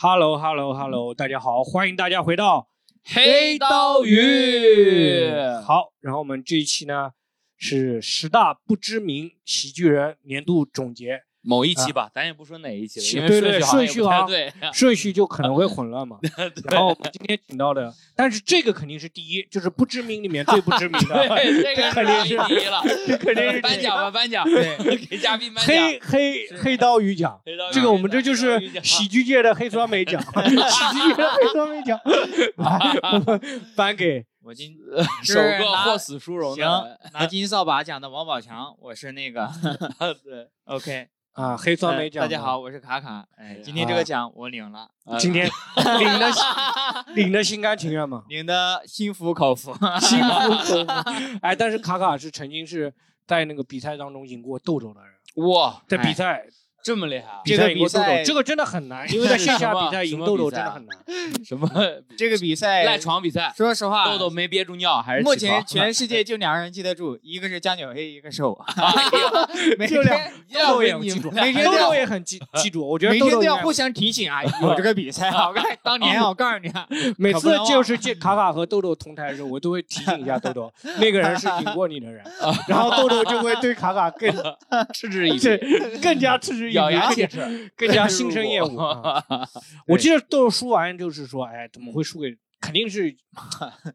Hello Hello Hello，大家好，欢迎大家回到嗯黑刀鱼好，然后我们这一期呢是十大不知名喜剧人年度总结，某一期吧，咱也不说哪一期了，因对为啊对顺顺序好像啊也不太顺序就可能会混乱嘛。 对。然后我们今天请到的，但是这个肯定是第一，就是不知名里面 最不知名的， 对，这个肯定是是第一 了，这肯定是颁奖吧，颁奖， 给嘉宾颁奖。黑黑黑刀鱼奖。黑刀鱼这个我们这就是黑刀鱼奖喜剧界的黑酸梅 奖，喜剧界的黑酸梅奖，来我们颁给我今首个拿获死殊荣的，拿金扫把奖的王宝强，我是那个对， OK，啊黑酸梅呃奖。 哎大家好，，我是卡卡，哎，今天啊这个奖我领了，呃今 天领的领的心甘情愿嘛，领的心服口服。心服口服。哎，但是卡卡是曾经是在那个比赛当中赢过豆豆的人，哇，在比哎赛这么厉害啊，比赛赢过豆这个比豆，赛这个真的很难，因为在线下比赛赢豆豆真的很难。啊什么 这个比哎赛，赖床比赛，说实话，豆豆没憋住尿还是目起前床全 世界就两个人记得住，一个是江九黑，一个 是我， 每就两天豆豆要不也你记住，们豆每天都豆要。也很 记记住，我觉得哎每豆天豆都要应该互相提醒 啊，有这个比赛啊！我看当 年啊，我告诉你啊，每可不次能忘就是见卡卡和豆豆同台的时候，我都会提醒一下豆 豆，那个人是赢过你的人，然后豆豆就会对卡卡更嗤之以鼻，这 更加嗤之以咬牙鼻，切齿，更 加心生厌恶。啊我记得豆豆输完就是说，哎，怎么会输给？肯定是，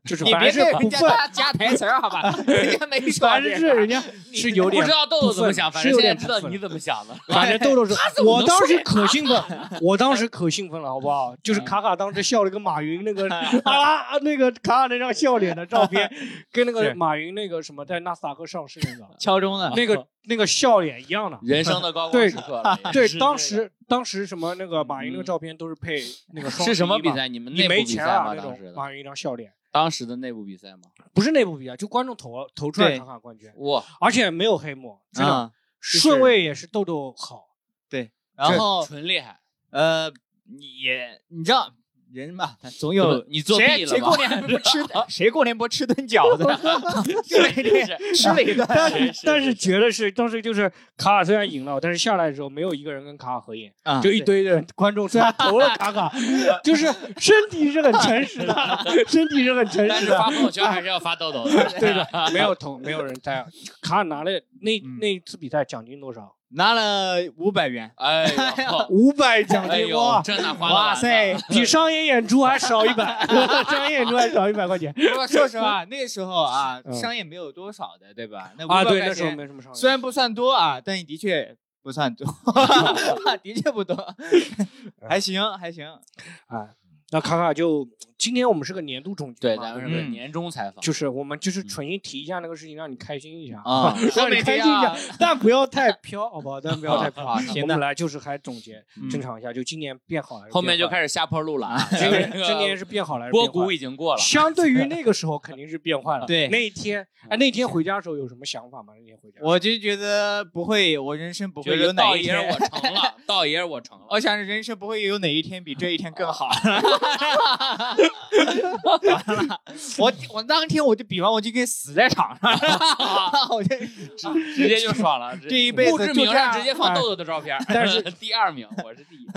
就是你反别正是给人不家忿，加加台词儿 好吧？人家没说反这正个，是人 家是有不点知，道豆豆怎么想，不忿反是正有现在点知道不忿你怎么想了。。反正豆豆是哎怎，么我能当时可兴奋，我当时可兴奋了，好不好？嗯就是卡卡当时笑了个马云那个 啊那个卡卡那张笑脸的照 片，跟那个是嗯马云那个什么在纳斯达克上市那个，敲钟的那个那个笑脸一样的人生的高光对时刻了， 也对是，当这个时当时什么那个马云那个照片都是 配那个双嗯是什么十一比嘛？赛？你们内你部没比钱赛啊吗？那当种时，的马云一张笑脸，当时的内部比赛吗？不是内部比赛，就观众投投出来对看看冠军，哇，而且没有黑幕，真的啊，就是顺位也是豆豆好，然后纯厉害，呃，你也你知道人嘛，他总怎有么你作弊谁了谁过吗？年不吃谁过年不吃顿饺子，就每天吃了一顿。但是是但是是觉得是当时就是卡卡虽然赢了，但是下来的时候没有一个人跟卡卡合影，啊就一堆 的观众虽然投了卡卡， 就是身体是很诚实 的，身体是很诚但实是的，发朋友圈还是要发豆豆的。 对 的，没有投，没有人猜。卡尔拿了那嗯那次比赛奖金多少？拿了五百 元，哎呦，五百奖哎金呦哇，！这哪花得完啊哇呢！塞！比商业演出还少一 百，商业演出还少一百块钱不过说实话，那时候啊嗯，商业没有多少的，对吧？那啊！ 500对，块那时候钱没什么商业。虽然不算多啊，但的确不算多， 啊的确不多，还行还行。哎，那卡卡就今天我们是个年度总结对，嘛咱们是不个嗯年终采访就是我们就是存心提一下那个事情，让你开心一下啊让说你没开听心一啊下， 但不要太飘，好不好？但不要太 飘。啊！我们来就是还总结嗯正常一下，就今年变好还是嗯后面就始。开始下坡路了啊！ 今年这个今年是变好还是波变坏谷已经过了，相对于那个时候，肯定是变 坏了。对那一天，哎，那天回家的时候有什么想法吗？那天回家，嗯我就觉得不会，我人生不觉会得有道哪一爷儿天，我成了，道爷儿我成了。我想着人生不会有哪一天比这一天 更好。完了，我我当天我就比完，我就跟死在场上了， 我就直直接就爽了，这一辈子墓志就铭这上样直接放豆豆的照片，但是第二名，我是第一。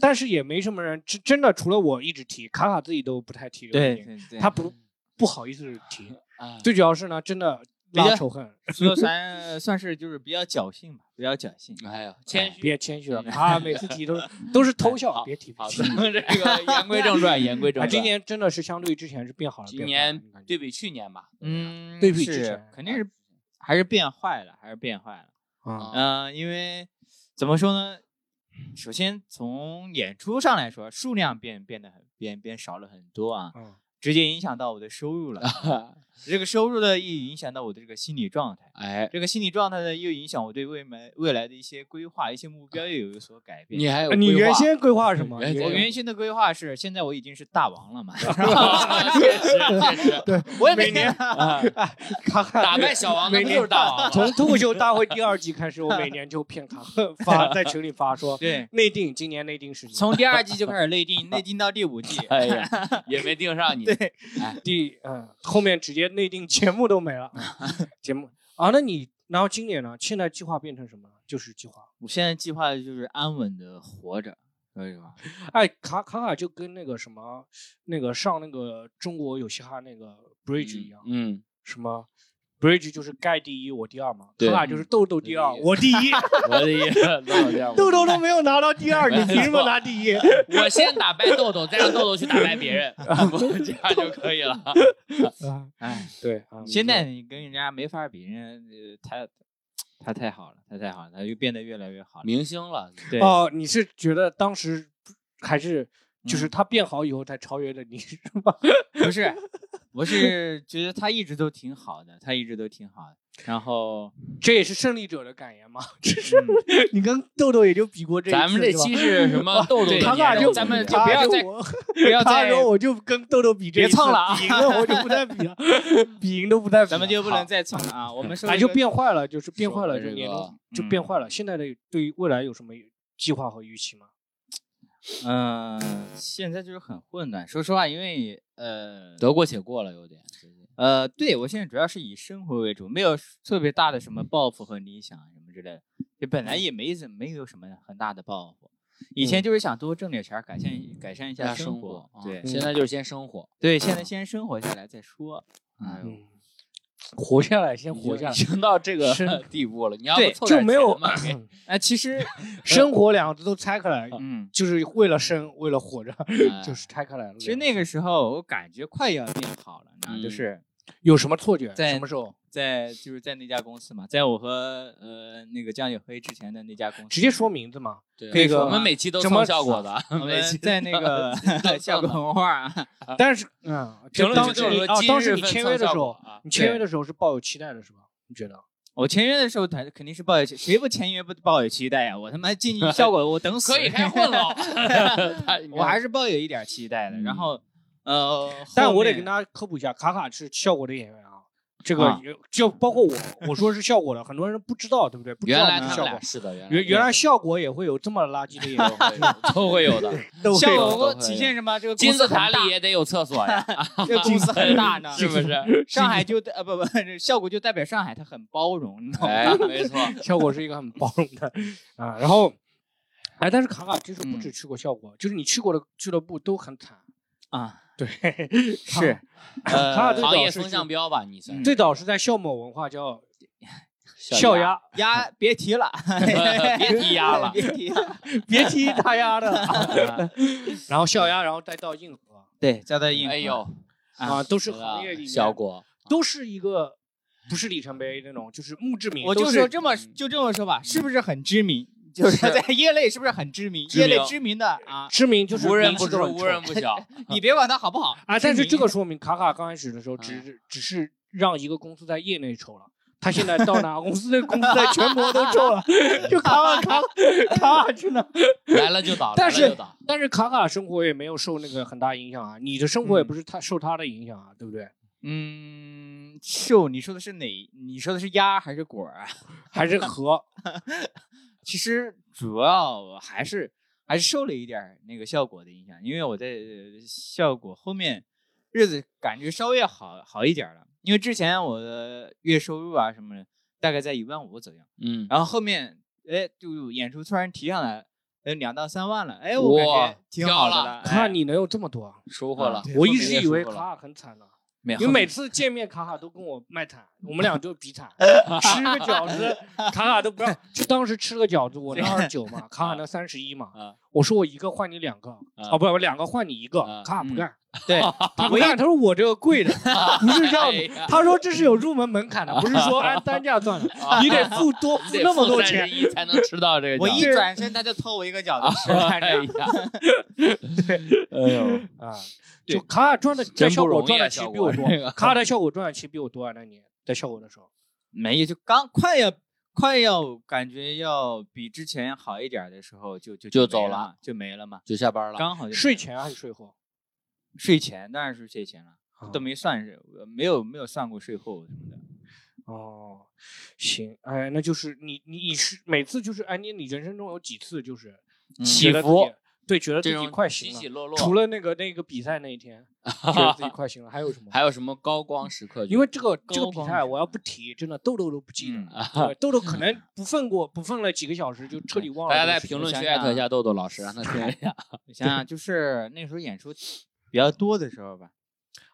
但是也没什么人，真真的除了我一直提，卡卡自己都不太提这个事情，对他不不好意思提。啊最主要是呢，真的比较拉仇恨，说咱算是就是比较侥幸吧，比较侥幸。哎呀，谦虚。别谦虚了啊！每次提都是都是偷笑，好别提。别 好，提咱们嗯这个言归正传，言归正啊，今传。年真的是相对于之前是变好了，今变坏了年你感觉对比去年吧， 嗯， 对比之是前肯定是还是变坏了，还是变坏了。啊，嗯、因为怎么说呢？首先从演出上来说，数量变变得很变变少了很多啊，嗯直接影响到我的收入了。这个收入呢，一影响到我的这个心理状态，哎，这个心理状态呢，又影响我对未来未来的一些规划、一些目标又有所改变。你还有啊你哎规划原 先规划是什么？我你我原原先的规划是，现在我已经是大王了嘛，确实确 实，我也没每年 啊卡 卡打败小王的每不年就是大王吗？从脱口秀大会第二季开始，我每年就骗卡 发在群里发说 对，内定，今年内定是你从第二季就开始内定，内定到第五季，哎呀， 也没盯上你。对，第嗯，后面直接内定节目都没了，节目啊，那你然后今年呢？现在计划变成什么了？就是计划我现在计划就是安稳的活着，为什么？哎，卡卡卡就跟那个什么，那个上那个中国有嘻哈那个 Bridge 一样，嗯，什么 Bridge 就是盖第一我第二嘛，对卡卡就是豆豆第二嗯我第一，我的也 老家伙豆豆都没有拿到第二，你凭什么拿第一？我先打败豆豆，再让豆豆去打败别 人，我啊这样就可以了。啊，哎，对啊，现在你跟人家没法比，人家呃他他太好了，他太好了，他就变得越来越好 了。明星了，对，哦，你是觉得当时还是就是嗯他变好以后才超越了你是吧？不是，我是觉得他一直都挺好的，他一直都挺好的。然后，这也是胜利者的感言 嘛，这是嗯、你跟豆豆也就比过这一次，咱们这期是什么豆豆的对卡年卡代就咱们就卡不卡要就 再我不要他再说，我就跟豆豆比这一次，别蹭了啊比赢了我就不再比 了，比赢都不再比了，咱们就不能好。再蹭了啊！我们说哎，一就个变坏了，就是变坏了，说回就这年个龄就变坏了。现在的对于未来有什么计划和预期吗？嗯、现在就是很混乱。说实话，因为呃得过且过了，有点。呃，对我现在主要是以生活为主，没有特别大的什么抱负和理想啊什么之类的。就本嗯来也没怎没有什么很大的抱负，以前就是想多挣点钱儿，改善改善一下生活。啊对现在就是先生活。对，现在先生活下来再说。哎呦，嗯，活下来，先已经活下已来，经到这个生地步了，你要不对凑就点没有钱嘛给哎，其实，生活两个字都拆开来，嗯，就是为了生，为了活着，哎就是拆开来了。其实那个时候我感觉快要变好了，呢，嗯就是有什么错觉？在什么时候？在就是在那家公司嘛，在我和呃那个江小黑之前的那家公司，直接说名字嘛。对啊这个我们每期都怎么啊蹭效果的，我每期们在那个 效果文化啊，但是，嗯， 评就论当区时就是你说啊，今当时日你份签蹭约的效时候果，啊你签约对的时候是抱有期待的，是吧？你觉得？我签约的时候，他肯定是抱有期，谁不签约不抱有期待呀、我他妈进去效果，我等死。可以开混 了。哦他我还是抱有一点期待的。嗯然后，呃，但后我得面跟大家科普一下，卡卡是效果的演员啊。这个啊也就包括我，我说是效果的，很多人不知道，对不对？不知原道来我 们他是们效俩果，是的，原来原原来效果也会有这么垃圾的演员，都会 有的。都会效有果 都 我可以体现什么？这个金公司字很塔里大，也得有厕所 呀， 这个公司很大呢。是不是？上海就呃不不， 这效果就代表上海，它很包容，你懂吗？哎，没 错，效果是一个很包容的啊。然后，哎，但是卡卡这次不止去过效果，就是你去过的俱乐部都很惨。啊， 对，是，卡卡呃，最行早业是风去向标吧，你算嗯最早是在校某文化叫校校，鸭，呀，别提了，。别提鸭了别提了。别提他丫的 了。然后校鸭，然后再到硬核对，叫他硬核。哎呦，啊，都是这个行业里面效果，都是一个不是里程碑那种，就是墓志铭。我都就是说这么就这么说吧，是不是很知名？就是是在业内是不是很知名？知业名内知名的啊，知名，就是无人名不气知，都很无人臭 不晓。你别管它好不好啊。但是这个知说明卡卡刚开始的时候啊只是只是让一个公司在业内臭了。他现在到哪公司，那个公司在全国都臭了，就卡卡卡卡卡去哪？来了就倒，但来了是就倒但是卡卡生活也没有受那个很大影响啊，你的生活也嗯不是他受他的影响啊，对不对？名嗯，秀，你说的是哪？你说的是鸭还是果儿啊？还是和其实主要还是还是受了一点儿那个效果的影响，因为我在、呃效果后面日子感觉稍微好好一点儿了，因为之前我的月收入啊什么的大概在一万五左右。嗯，然后后面哎，就演出突然提上来，呃，两到三万了，哎，我感哇觉挺好的飘了。哎卡卡你能有这么多啊？收获了啊。我一直以为后面也舒服了卡卡很惨呢，没因为后每面次见面卡卡都跟我卖惨，我们俩就比 惨，吃个饺子卡卡都不哎让。就当时吃个饺子，我那二十九 嘛，卡卡那三十一嘛啊，我说我一个换你两个，啊哦不，我两个换你一个，啊卡卡不干， 对他不干，他说我这个贵的，不是这样哎的。呀他说这是有入门门槛的，不是说按单价算 的，啊你得付多付那么多钱。一才能吃到这个饺子。我一转身他就偷我一个饺子吃， 看哎着呀，哎呦，啊，对就卡卡赚的在真效不果容易赚啊的其实比我效多 果 这个，卡卡在效果赚的其实比我多啊，那年在效果的时候，没有，就刚快要快要感觉要比之前好一点儿的时候，就就就没走了了嘛，就没了嘛，就下班了。刚好就税前还是税后？税前当然是税前了，啊都没算是没有没有算过税后什么的。哦，行，哎，那就是你你你是每次就是哎你你人生中有几次就是嗯起了起伏自己对，觉得这自己种快起行起了。落落，除了那个那个比赛那一 天，觉得自己快行了，还有什么？还有什么高光时刻？因为这个这个高比光赛，时我要不提，真的豆豆都不记嗯得。对 豆豆可能不愤过，不愤了几个小时，就彻底忘了这大家个在事评情。论想区啊艾想啊特一下豆豆老师，让他听 一下。我想想，就是那时候演出比较多的时候吧，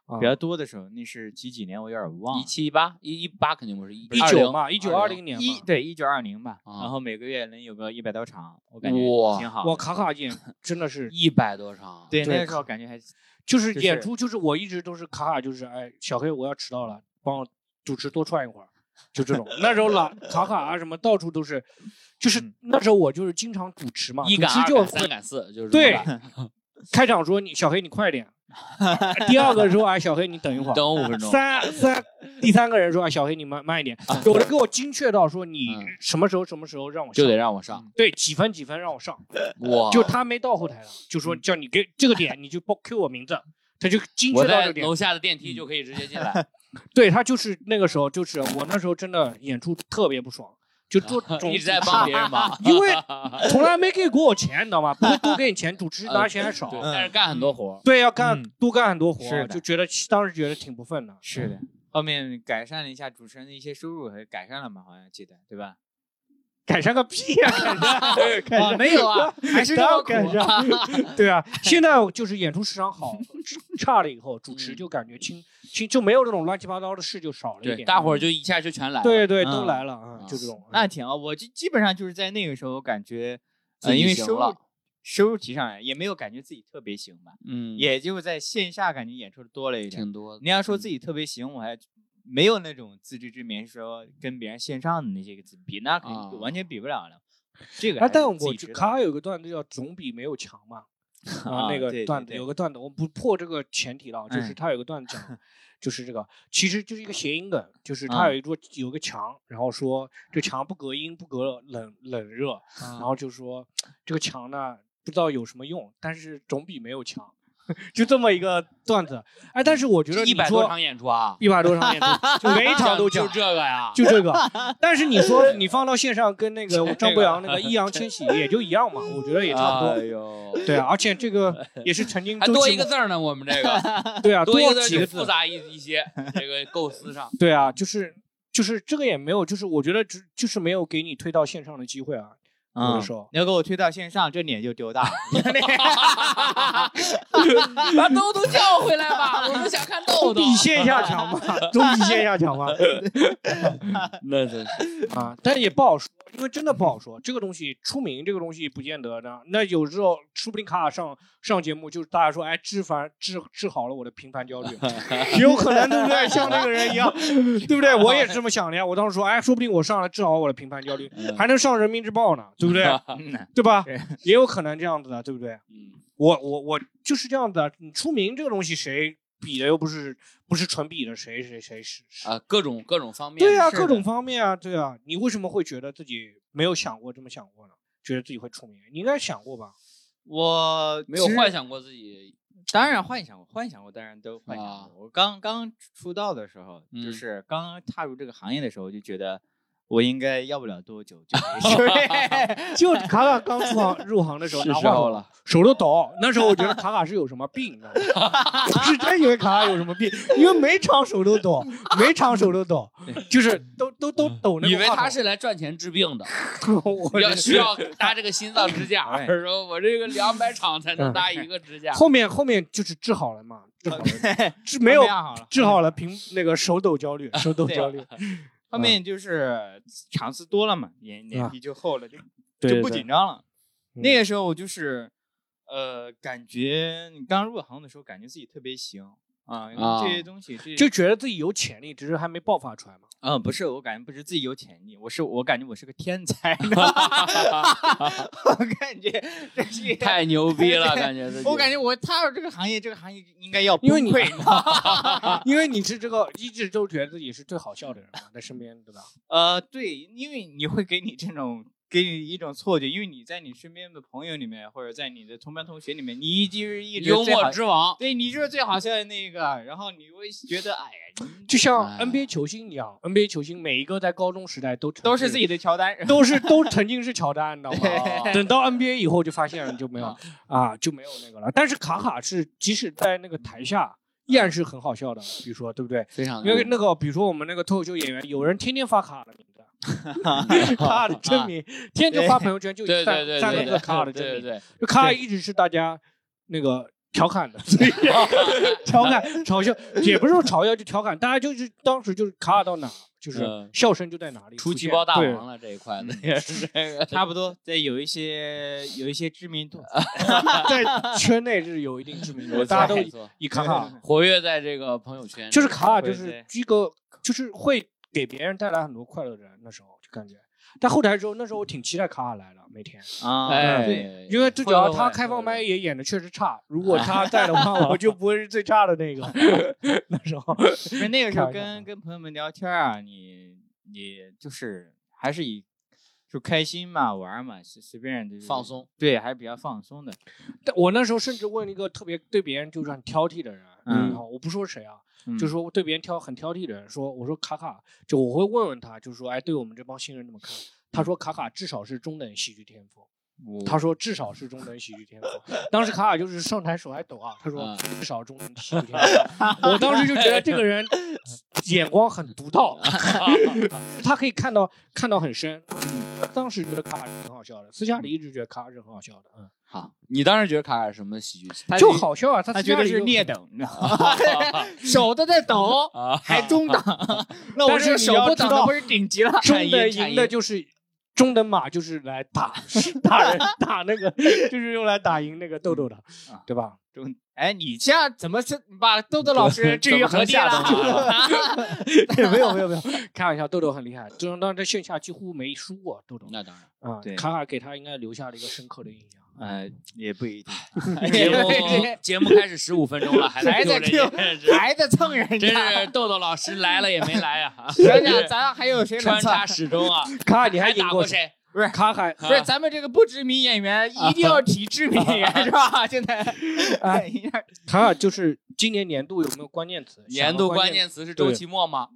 啊比较多的时候，那是几几年我有点忘一了，七一八一一八肯定不是，一一九嘛，一九二零年一嘛。对一九二零吧，啊然后每个月能有个一百多场，我感觉哇挺好的。我卡卡演真的是，一百多场，对那对个时候感觉还就是就演是出，就是我一直都是卡卡，就是哎，小黑我要迟到了，帮我主持多串一会儿，就这种。那时候 老卡卡啊什么到处都是，就是嗯那那时候我就是经常主持嘛，一主赶持二就赶三赶四，就是对这么赶开场说你小黑你快 点，第二个说哎小黑你等一 会儿，等五分钟。三三，第三个人说啊，小黑你慢慢一点，有的给我精确到说你啊嗯什么时候什么时候让我上，就得哦让我上，对几分几分让我上，哇！就他没到后台了，就嗯说叫你给这个点你就报 Q 我名字，他就精我确到在这个点嗯楼，下的电梯就可以直接进 来，对他就是那个时候就是我那时候真的演出特别不爽，就 做总，一直在帮别人忙 嗯因 为从来没给过我钱，你知道吗？不会多给你钱，主持人拿钱还少啊对，嗯但是干很多活儿。对，要干嗯多干很多是活，的就觉得当时觉得挺不忿的。嗯是的。后面改善了一下主持人的一些收入，还改善了嘛？好像记得对吧？改善个屁啊呀、改善 改善啊，没有啊，还是当要然赶上， 对啊，现在就是演出市场好差了以后，主持嗯就感觉轻轻就没有这种乱七八糟的事就少了一对，点，嗯大伙儿就一下就全来了。对对嗯都来了啊，啊就这种。那挺好，我就基本上就是在那个时候感觉，自呃，己因为行收入了收入提上来，也没有感觉自己特别行吧，嗯，也就在线下感觉演出的多了一点。挺多的。你要说嗯自己特别行，我还没有那种自知之明，说跟别人线上的那些个自比，那肯啊定完全比不了了。这个还啊，是但我自己觉知得道卡卡有个段子叫“总比没有强”嘛，啊，啊那对个对段子对有个段子，我不破这个前提了，啊就是哎他有个段子讲，就是这个其实就是一个谐音梗，就是他啊有一座有个墙，然后说这墙不隔音，不隔冷冷热，嗯然啊后就说这个墙呢不知道有什么用，但是总比没有强， 就这么一个段子。哎，但是我觉得一你百多说场演出啊，一百多场演出，就每一场都就讲就。这个呀，就 这个，但是你说你放到线上跟那个张博个洋那个易烊千玺也就一样嘛，我觉得也差不多。哎 呦，对啊，而且这个也是曾经还周多奇一个墨字儿呢。我们这个对啊，多一个字儿几就个复字，杂一一 些，这个构思 上。对啊，就是就是这个也没有，就是我觉得只就是没有给你推到线上的机会啊。有的嗯时候，你要给我推到线上，这脸就丢大。把豆豆啊叫回来吧，我们想看豆总豆比。线下强 嘛，总比线下强嘛。那真是 啊，但也不好说，因为真的不好说。这个东西出名，这个东西不见得呢。那有时候说不定卡卡上上节目，就是大家说，哎，治烦治治好了我的平凡 焦虑，有可能对不对？像那个人一样，对不对？我也是这么想的呀。我当时说，哎，说不定我上了治好我的平凡焦虑，嗯还能上《人民日报》呢，对不 对？ 对吧？也有可能这样子的，对不对？嗯我我我就是这样子的。啊你出名这个东西，谁比的又不是不是纯比的，谁谁谁是是啊，各种各种方面。对呀、呀，各种方面啊，对啊，你为什么会觉得自己没有想过这么想过呢？觉得自己会出名，你应该想过 吧？ 我没有其实幻想过自己当然幻想过，幻想过，当然都幻想啊过。我刚刚出道的时候，嗯就是刚刚踏入这个行业的时候，就觉得我应该要不了多久就没事 儿就卡卡刚出行入行的时候，是拿时话候筒 了，手都抖。那时候我觉得卡卡是有什么病，你知道吗？ 我是真以为卡卡有什么病，因为每场手都抖，每场手都抖，就是都都都抖那个以为话他筒是来赚钱治病的， 我要需要搭这个心脏支 架，哎说我这个两百场才能搭一个支架。嗯后面后面就是治好了嘛，治 好了，治没有后面好了。治好了平那个手抖焦 虑，手抖焦虑，后面就是场次多了嘛，脸脸嗯啊皮就厚了，就对就不紧张了。嗯那个时候我就是，呃，感觉你刚入行的时候，感觉自己特别行啊，因为啊这些东西这就觉得自己有潜力，只是还没爆发出来嘛。嗯，不是，我感觉不是自己有潜力，我是我感觉我是个天才， 我感觉这是一个太牛逼了，感觉 自己。我感觉我踏入这个行业，这个行业应该要因为你崩溃 啊因为你是这个一直都觉得自己是最好笑的人嘛，在身边对吧？呃，对，因为你会给你这种给你一种错觉，因为你在你身边的朋友里面，或者在你的同班同学里面，你就是一直幽最默好之 王，对你就是最好笑的那一个，然后你会觉得哎呀， 你 就像哎 NBA 球星一 样，NBA 球星每一个在高中时代都曾都是自经己的 乔丹， 都 是都曾经是乔丹，你知道吗？哦 等到 NBA 以后就发现就没 有啊，就没有那个了。但是卡卡是即使在那个台下依然是很好笑的，比如说对不对？非常因为那个比如说我们那个脱口秀演员，有人天天发卡的名字。 卡尔的证明，天天就发朋友圈，就啊 对对三对三对个对字卡尔的证对明，对就卡尔一直是大家那个调侃的， 所以 调侃嘲笑也不是说嘲笑，就调侃，大家就是当时就是卡尔到哪儿就是嗯笑声就在哪里出出奇现，包大对王了这一块的也是，差不多。对，有一些有一些知名度，呃 在圈内是有一定知名度，我大家都错以没错以卡卡，活跃在这个朋友圈，就是卡卡啊就对是对一个就是会给别人带来很多快乐的人，那时候就感觉。但后台之后，那时候我挺期待卡卡来了，每天，啊，哎，对，因为最主要他会会开放麦会啊也演的确实差，如果他在的 话，我就不会是最差的那个。 那时候，不是那个时候开玩笑跟跟朋友们聊天啊，你你就是还是以就开心嘛，玩儿嘛，随随便就是放，松，对，还是比较放松的。但我那时候甚至问一个特别对别人就是很挑剔的人，啊嗯然后我不说谁啊，嗯就说对别人挑很挑剔的人，说我说卡卡，就我会问问他，就说哎，对我们这帮新人怎么看？他说卡卡至少是中等喜剧天赋，我他说至少是中等喜剧天赋。当时卡卡就是上台手还抖啊，他说嗯啊至少中等喜剧天赋。我当时就觉得这个人眼光很独 到，他可以看到看到很深。当时觉得卡卡是很好笑的，私下里一直觉得卡卡是很好笑的，嗯好，你当时觉得卡卡是什么喜剧？他就觉好笑啊。他他私觉下得里是就劣 等，你知道吗？手都在 抖，还中等，那但我是这个你手要不知等的道不是顶级了。中等产赢业的就是中等马，就是来打 打人打那个，就是用来打赢那个豆豆的嗯啊，对吧？中，哎，你这样怎么是把豆豆老师置于怎么何地下等了？ 没有没有没有，开玩笑，豆豆很厉害，就是当时在线下几乎没输过豆豆。那当然，啊对，卡卡给他应该留下了一个深刻的印象。呃，也不一 定，节 目节目开始十五分钟了，还还在 Q， Q 真是还在蹭人 真家。是豆豆老师来了也没来 啊，想想咱还有谁能穿蹭？插始终 啊， 卡卡，你还赢打过过？谁？啊卡卡，不是，咱们这个不知名演员一定要提知名演员是吧？现在， 哎呀，卡卡就是今年年度有没有关键词？年度关关，键词是周奇墨吗？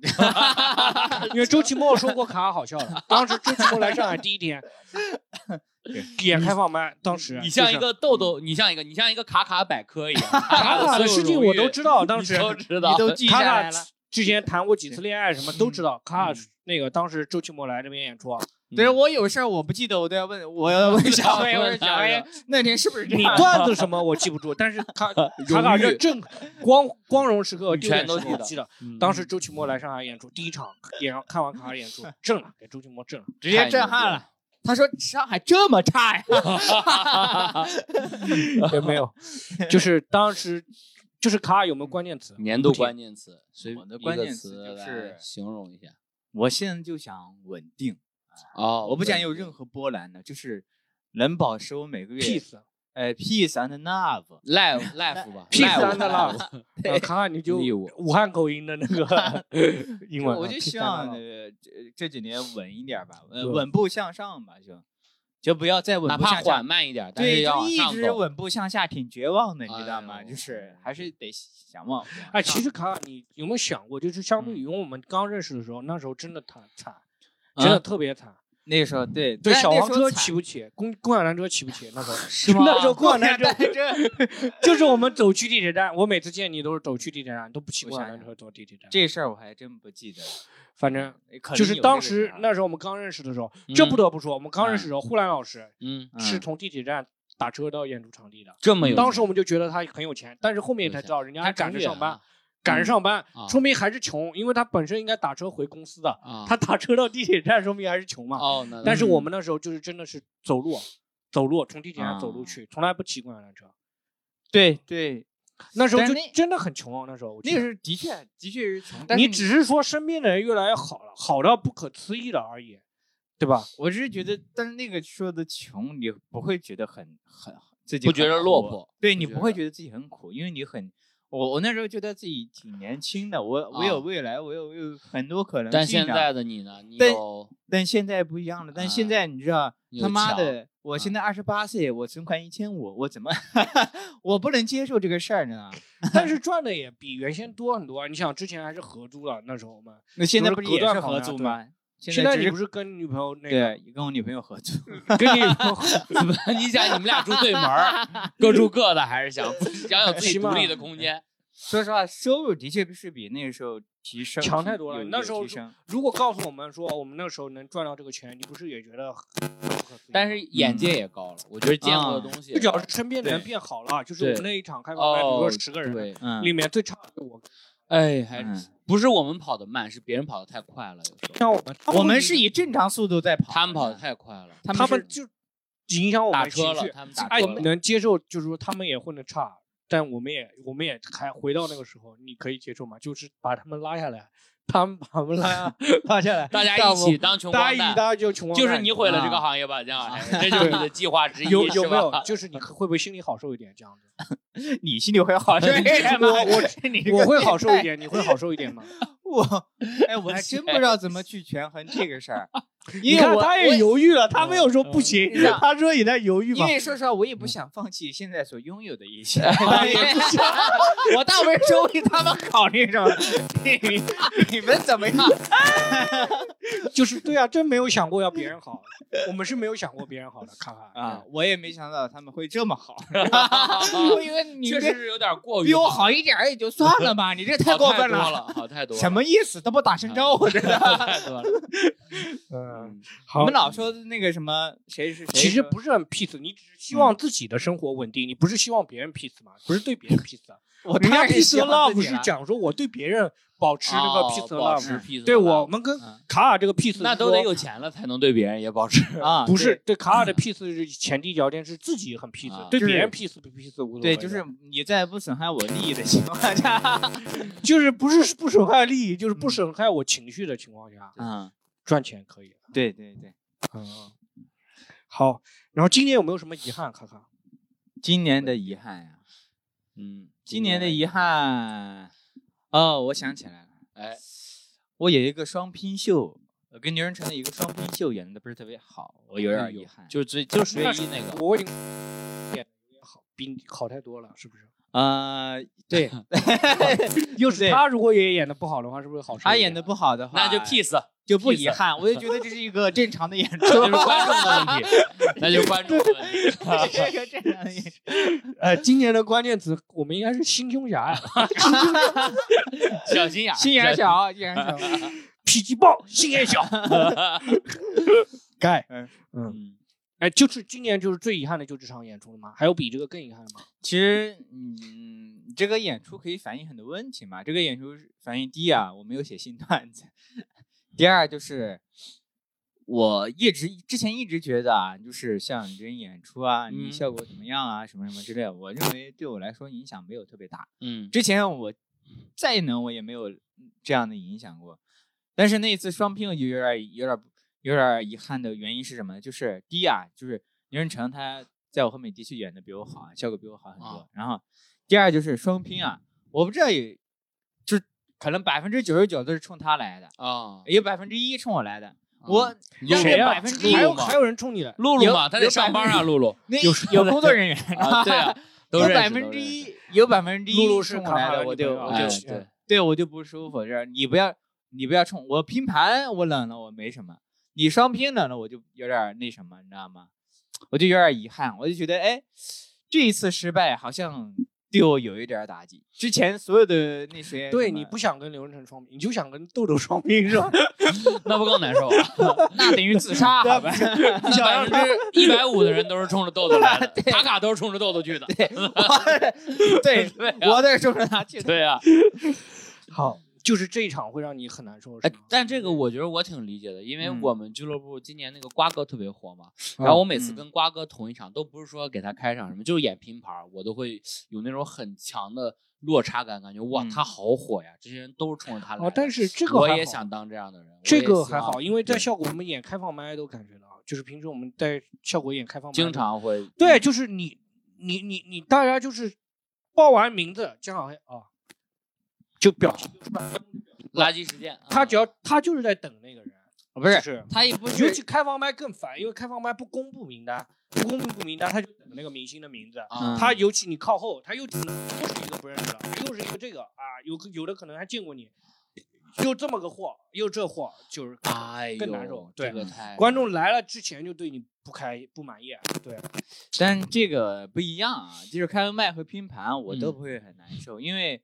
因为周奇墨说过卡卡好笑 的。当时周奇墨来上海第一天，也开放麦，当时你像一就是个豆豆，你像一个，你像一个卡卡百科一样，卡卡的事情我都知道，当你时都知你道，都记卡下卡来了。之前谈过几次恋爱，什么都知道。嗯卡卡那个当时周奇墨来这边演出，啊对我有事儿我不记得，我都要问，我要问小啊对薇，嗯我说小薇 那天是不是这 你样？段子什么我记不住，但是卡卡卡这正光光荣时刻你全都丢脸时刻我记嗯记得。当时周奇墨来上海演出，第一场演看完卡卡演 出，震了，给周奇墨震了。直接震撼了。他说上海这么差呀？ 有没有？就是当时，就是卡尔有没有关键词？年度关键词，随我的一个关键词词就来是形容一下。 我现在就想稳定，哦我不想有任何波澜的，就是能保持我每个月 peace 呃 peace and love。 live live 吧 peace live and love。呃卡尔你就义务武汉口音的那 个英文啊，我就 peace 希 and 望 love 呃这这几年稳一点吧，呃对稳步向上吧，就就不要再稳哪步怕向缓下。慢一点，但是对，要就往一上直走。稳步向下，挺绝望的，你知道哎吗？呦就是还是得想往。哎，往其上实卡尔，你有没有想过，就是相对于我们刚认识的时候，那时候真的惨惨，嗯啊真的特别惨。那时候对对，但小那黄时候车惨骑不起，共共享单车骑不起，那时候是 吗那时候共享单车 这就是我们走去地铁站，我每次见你都是走去地铁站，都不骑我共享想单车走地铁站。这事儿我还真不记得了，反正可能就是有当这个时事儿啊那时候我们刚认识的时候，这不得不说，我们刚认识的时候，呼兰老师嗯，是嗯从地铁站打车到演出场地的。这么有嗯当时我们就觉得他很有钱，但是后面才知道人家他还赶着上班，啊赶着上班啊，说明还是穷，因为他本身应该打车回公司的，啊，他打车到地铁站，说明还是穷嘛。哦，那但是嗯我们那时候就是真的是走路，啊走路从地铁站走路啊去，从来不骑共享单车。对对，那时候但就是那真的很穷啊，那时候我记那个得时候的确的确是穷，但是你只是说身边的人越来越好了，好到不可思议了而已，对 吧？我只是觉得，但是那个说的穷，你不会觉得很很自己不很觉得苦啊落魄，对你觉不会得觉得自己很苦，因为你很我我那时候觉得自己挺年轻的，我我啊有未来，我有我有很多可能嗯性、啊。但现在的你呢？你但有但现在不一样了，但现啊在你知道有他妈桥啊的，我现在二十八岁，我存款一千五，我怎么 我不能接受这个事儿呢？但是赚的也比原先多很多啊。你想之前还是合租了，那时候嘛，那现在就是不是隔也断是房合呀租对吗？现在在只你是不是跟女朋友那个对跟我女朋友合租，跟你女朋友 你想你们俩住对门儿，各住各的，还是想想有自己起独码立的空间？说实话，收入的确是比那个时候提升强太多了有那有时候提是升如果告诉我们说我们那时候能赚到这个钱，你不是也觉得很很不可思议吗？但是眼界也高了，我觉得见过的啊东西也最主要高了。是身边的人对变好了，啊就是我对们那一场开放麦，比如哦，说十个人， 对，嗯里面最差的是我，哎，还嗯不是我们跑得慢，是别人跑得太快了。有时候像我们，我们是以正常速度在跑的，他们跑得太快了，他他们们是就影响我打们车情了，绪。他们打哎，车我了们。能接受，就是说他们也混得差，但我们也我们也还回到那个时候，你可以接受吗？就是把他们拉下来，他们把我们拉 拉下来，大家让一我起当穷大光一蛋，大二就穷光就蛋是你毁了这个啊行业吧，姜老师，这就是你的计划之一，有有是没有 吧？？ 就是你会不会心里好受一点这样子？你心里会 好受一点吗？我我我 你这我个会好受一点，你会好受一点吗？ 我哎，我还真不知道怎么去权衡这个 事儿，你因为看我他我也犹豫了，他没有说嗯不行是啊， 他说也在犹豫因嘛。嗯为说实话，我也不想放弃现在所拥有的 一切，我倒不是说为他们考虑什么， 你你们怎 么样？就是对啊，真没有想过要别人好，我们是没有想过别人好的，看看啊，，我也没想到他们会这 么好，我确以为你实这是有点过于比我好一点儿也就算了吧，你这太过分了，了，了好太多了，啊什么意思都不打声招呼，真 好的。太多了？嗯，我好们。老说那个什么谁是谁，其实不是很 peace，你只是希望自己的生活稳定，你不是希望别人 peace 嘛？不是对别人 peace，啊我人家当然 peace 哦喜 and 欢 love 自不己是了讲说我对别人保持那个哦 peace and 保 love，持吗 peace，对 and 我 love 们跟嗯卡尔这个 peace 那是都得说有钱了才能对别人也保持。 啊，不是对。对卡尔的 peace 是前提条件是自己很 peace，啊对就别是人 peace 不 peace 无所谓的。对，就是你在不损害我利益的情况下，就是不是不损害利益，就是不损害我情绪的情况下， 嗯，赚钱可以。对对对，嗯，好。然后今年有没有什么遗憾？看看，今年的遗憾呀、 嗯，今年的遗憾，哦，我想起来了，哎，我有一个双拼秀，我跟牛人成的一个双拼秀演的不是特别好，我有点遗憾。哎嗯就是最就是唯那一那个我已经变得好，比你好太多了，是不是？呃，对又是对他，如果也演的不好的话，是不是好受一点？啊他演的不好的话， 那就 peace，就不遗憾，我就觉得这是一个正常的演出，那就是观众的 问题，那就是观众的问题。这是一个正常的演出。呃，今年的关键词我们应该是新胸侠呀，小心眼儿， 心眼小，心眼小。 脾气暴，心眼 小，该。嗯，哎，就是今年就是最遗憾的就是这场演出了吗？还有比这个更遗憾的吗？其实，嗯，这个演出可以反映很多问题嘛。这个演出是反映第一啊，我没有写新段子； 第二就是，我一直之前一直觉得啊，就是像你这种演出啊，你嗯效果怎么样啊，什么什么之类的，我认为对我来说影响没有特别大。嗯，之前我再能我也没有这样的影响过，但是那一次双拼我就有点有点有点遗憾的原因是什么呢？就是第一啊，就是牛仁成他在我后面的确演的比我好，啊，效果比我好很多。啊然后第二就是双拼啊，我不知道有，就是可能百分之九十九都是冲他来的，啊，嗯有百分之一冲我来的。我露露谁呀、嘛百分之一还有露露嘛还有人冲你来，露露嘛，他得上班啊，露露那有有工作人员啊，对啊，都有认识百分之，一，有百分之一露露是冲我卡来卡的，的我女朋就友我都就认哎识对对哎啊对我就不舒服。这你不要你不要冲我拼盘，我冷了我没什么，你双拼冷了我就有点那什么，你知道吗？我就有点遗憾，我就觉得哎，这一次失败好像对我有一点打击。之前所有的那些对，什么你不想跟刘仁成双拼，你就想跟豆豆双拼是吧？ 对 那不更难受啊？那等于 自杀，好吧？那百分之一百五的人都是冲着豆 豆来的，卡卡都是冲着豆豆去的。对，我 对对啊我在说着他去的，对啊，好，就是这一场会让你很难受，是哎吗？，但这个我觉得我挺理解的，因为嗯我们俱乐部今年那个瓜哥特别火嘛，然后我每次嗯跟瓜哥同一场，都不是说给他开场什么，就是演拼盘儿，我都会有那种很强的落差感，感觉哇，嗯他好火呀，这些人都是冲着他来的。哦，但是这个我还也好想当这样的人，这我也个希还望好，因为在对效果我们演开放麦都感觉到，就是平时我们在效果演开放麦，经常会对，就是你你你你大家就是报完名字，姜晓黑啊，就表情就是慢垃圾时间，啊他只要他就是在等那个人，不就是是。他也不尤去其开放麦更烦，因为开放麦不公布名单，不公布名单，他就等那个明星的名字。啊，嗯他尤其你靠后，他又只能又是一个不认识的，又是一个这个啊，有个有的可能还见过你，又这么个货，又这货，就是哎呦，更难受对嗯这个哎太观众来了之前就对你不开不满意，啊对，但这个不一样啊，就是开个麦和拼盘，我都嗯不会很难受，因为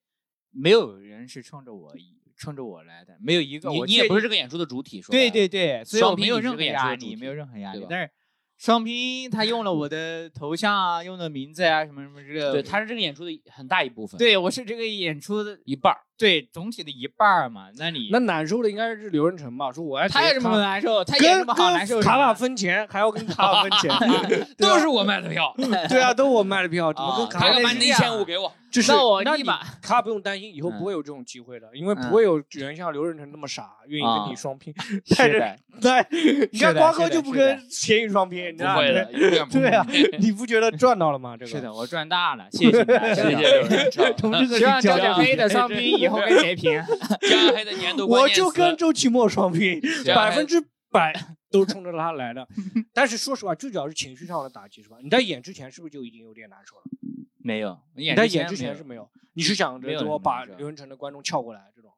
没有人是冲着我一冲着我来的，没有一个你我你也确不是定这个演出的主体，说对白了对对，所以双我没拼有你是这任何个演出压的力，主没有体任何压对力吧。但是双拼他用了我的头像啊，用了名字啊，什么什么之类的，对，他是这个演出的很大一部分，，对我是这个演出的一半儿对总体的一半儿嘛。那你那难受的应该是刘仁成吧？说我还他有什么好跟难受？他演什跟么好难受？卡瓦分钱，还要跟卡瓦分 钱，对吧都是我卖的票，对啊，都我卖的票，怎么哦跟卡啊嗯瓦他要分把钱那这一样千五给我，就是那我那立你马他不用担心，以后不会有这种机会的，因为嗯不会有人像刘润成那么傻，愿意跟啊你双 拼。带是着的，对，你看是的瓜是哥的就不是的跟咸鱼双拼，你不知道会吗的，？永远不对会啊， 你不觉得赚到了吗？这个是，的，我赚大了， 谢谢你啊们，谢谢谢谢。刘仁成， 同志哥希望你讲张讲小飞的双拼以后跟谁 平？加黑的年度关我键就词跟周奇墨双拼，加百黑分之百都冲着他来 的。但是说实话，最主要是情绪上的打击，是吧？你在演之前是不是就已经有点难受了？没有，你演在演之没有前是没有，你是想没着有说什么把难受刘仁成的观众撬过来这种？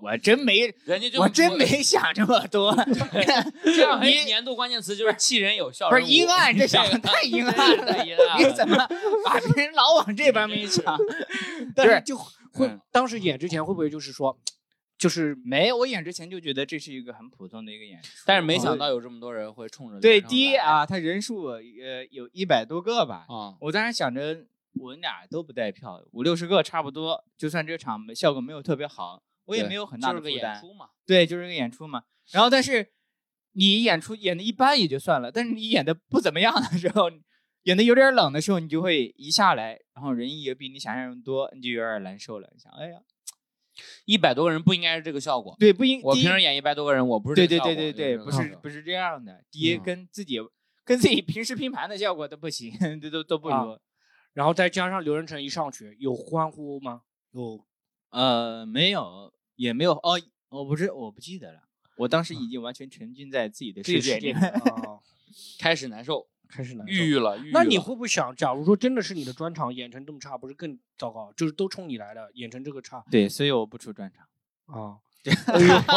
我真没，人家就我真没想这么 多，这样，你哎，年度关键词就是气人有效，不是人无阴暗，这想的太阴暗了。 太阴暗你了。怎么把别人老往这方面想？ 但对是就会嗯当时演之前会不会就是说，就是没，我演之前就觉得这是一个很普通的一个演出。但是没想到有这么多人会冲着对，刘仁成第一来啊，他人数呃有一百多个吧，啊，我当时想着我俩都不带票，五六十个差不多，就算这场没效果没有特别好，我也对没有很大就的是负个演担。出嘛，对，就是个演出嘛。然后但是你演出演的一般也就算了，但是你演的不怎么样的时候，演的有点冷的时候，你就会一下来，然后人也比你想象中多，你就有点难受了。你想，哎呀，一百多个人不应该是这个效果。对，不应我第一平时演一百多个人，我不是对这对个效果对对对，不是不是是这样的。第一，嗯跟自己跟自己平时拼盘的效果都不行，都都都不啊如。然后再加上刘仁成一上去，有欢呼吗？有，呃，没有，也没有哦，我不是我不记得了。我当嗯时已经完全沉浸在自己的这世个界世里界面， 啊，开始难受，开始难受。抑郁了，抑郁了那你会不会想，假如说真的是你的专场演成这么差，不是更糟糕？就是都冲你来的，演成这个差对，所以我不出专场。啊！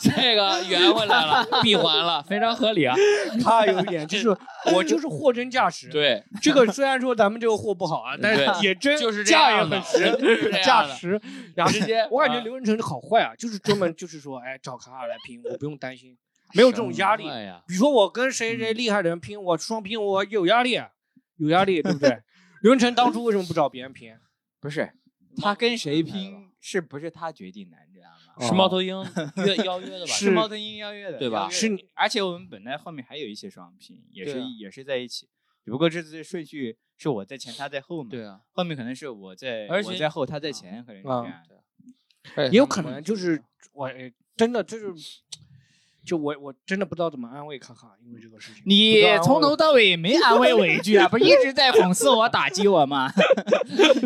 这个圆回 来了，闭环了，非常合理啊。他有一点就是，我就是货真价实。，对，这个虽然说咱们这个货不好啊，但对是也真就是这价也样的很实， 就是这样的价实。然后直接 我感觉啊刘文成好坏啊，就是专门就是说，哎，找卡尔来拼，我不用担心，没有这种压力。哎呀，比如说我跟谁谁厉害的人拼，我双拼我有压力，有压力，对不对？刘文成当初为什么不找别人拼？不是他跟谁来了拼，是不是他决定的，你知道吗？是猫头鹰 约邀约哦的吧？是是猫头鹰邀约的，哦对吧邀约的是你，而且我们本来后面还有一些双拼，也是、对啊也是在一起，只不过这次顺序是我在前，他在后嘛。对，啊，后面可能是我在，而我且在后，他在前，可能是这啊样的。也有可能就是我哎真的就是，就我我真的不知道怎么安慰卡卡，因为这个事情。你从头到尾没安慰我一句啊，不是一直在讽刺我、打击我吗？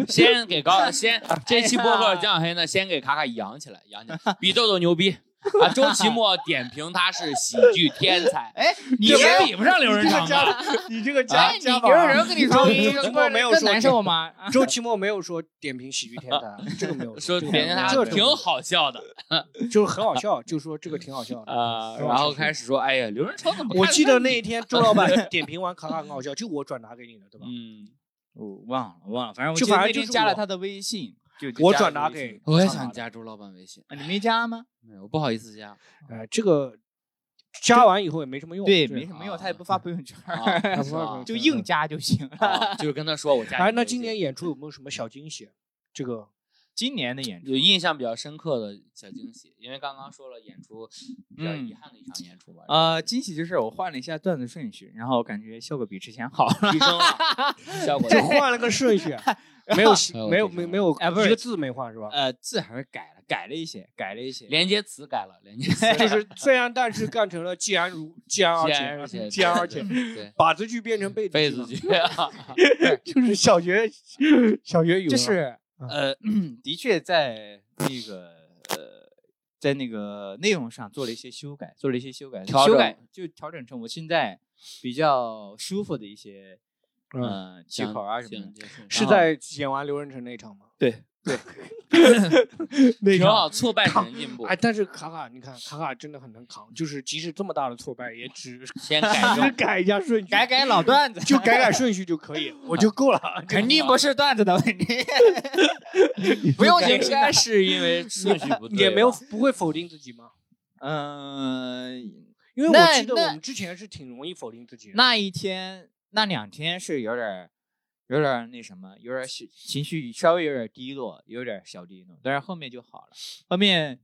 先 给高哎先这期播客酱黑呢，先给卡卡扬起来，扬起来，比豆豆 牛逼啊！周奇墨点评他是喜剧天 才，哎，你这先不比不上刘仁成吗？你这个哎，你刘仁成跟你说，你周周奇这墨没有更说难受吗？啊周奇墨没有说点评喜剧天才，啊这个没 有说这个点评这他个没挺有好 笑的就是很好笑，就说这个挺好笑 的。啊，然后开始说，哎呀，刘仁成怎么？我记得那一天周老板点评完卡卡很好笑，就我转达给你的，对吧？嗯，我忘了，忘了，反正我就记得反正那就天是加了我他的微信，就就我加转了达微给信卡卡的，我也想加周老板微信，啊你没加吗？没有，不好意 思加。哎，这个加完以后也没什么用， 对，没什么用，啊他也不发朋友圈 儿，啊他不是发吧朋友 就圈硬加就行了。哎啊就是跟他说我加你微信。哎，那今年演出有没有什么小惊喜？这个今年的 演出有印象比较深刻的小惊喜，因为刚刚说了演出比较嗯遗憾的一场演出嘛，啊，惊喜就是我换了一下段子顺序，然后感觉效果比之前好。提升了 效果就换了个顺 序，没有哎没有呦这没个没有哎不是一个字没换是吧？呃，字还是改了，改了一些，改了一些。连接词改了，连接 词就是虽然但是干成了既然如既然呃 既然而而且且既然而且， 对把字句变成被被句子啊了，剧就是 小学小学语文啊就是嗯呃，的确在那个呃，在那个内容上做了一些修改，做了一些修改，调修整改就调整成我现在比较舒服的一些嗯，呃气口啊什么的。是然后在演完刘仁成那场吗？对，那挺好，挫败只能进步哎，，但是卡卡，你看卡卡真的很能扛，就是即使这么大的挫败，也只先改只 正。改一下顺序，改改老段子，就改改顺序就可以，我就 够了。肯定不是段子的 问题，不用解释。是因为顺序不对吧，也没有不会否定自己吗？啊嗯，因为我那记得那我们之前是挺容易否定自己的。那一天那两天是有点儿，有点儿那什么，有点儿小情绪稍微有点儿低落，有点儿小低落，但是后面就好了。后面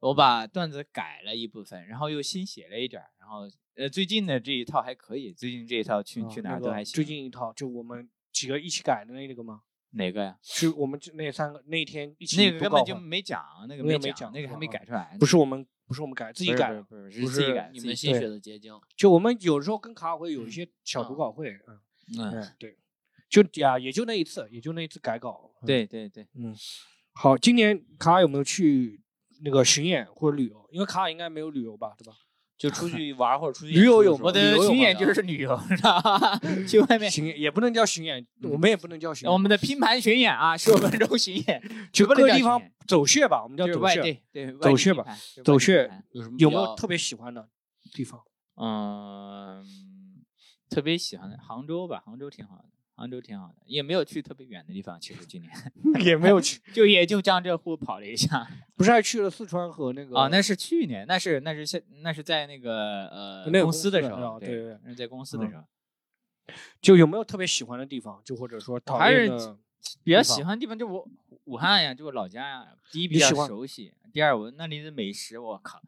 我把段子改了一部分，然后又新写了一点儿，然后呃最近的这一套还可以，最近这一套去、嗯去哪那儿哦都个还行。最近一套就我们几个一起改的那个吗？哪个呀？是我们那三个那天一起那个布根告本就会没讲，那个那个没没讲，讲那个还没嗯改出来。不是我们不是我们改，自己不是改不是的。不是不是自己是改，你自们己心对血的 结晶。就我们有时候跟卡卡会有一些小读稿会，嗯，嗯，嗯对，就呀也就那一次，也就那一次改稿。嗯，对对对，嗯，好，今年卡卡有没有去那个巡演或者旅游？因为卡卡应该没有旅游吧，对吧？就出去玩儿或者出去驴友有吗？吗我旅的游有巡吗演就是旅游，知道吧？ 去外面嗯哦巡演也不能叫巡演，我们也不能叫巡我演，们的拼盘巡演啊，十五分钟巡演，就不能各叫地巡方演走穴吧，我们叫就是走外穴。地，对，外走地穴拼吧盘就是走外地穴拼盘有什么有比没有较特别喜欢的地方？ 嗯，特别喜欢的杭州吧，杭州挺好的，杭州挺好的，也没有去特别远的地方。其实今年 也没有去，就也就江浙沪跑了一下不是还去了四川和那个啊，那是去年，那是那是现那是在那个呃那个公公司的司时候，啊对对对嗯那是在公司的时候，就有没有特别喜欢的地方？就或者说讨还厌是的，比较地方喜欢的地方就我武汉呀，就我老家呀，第一比你较喜欢熟悉，第二我那里的美食，我靠。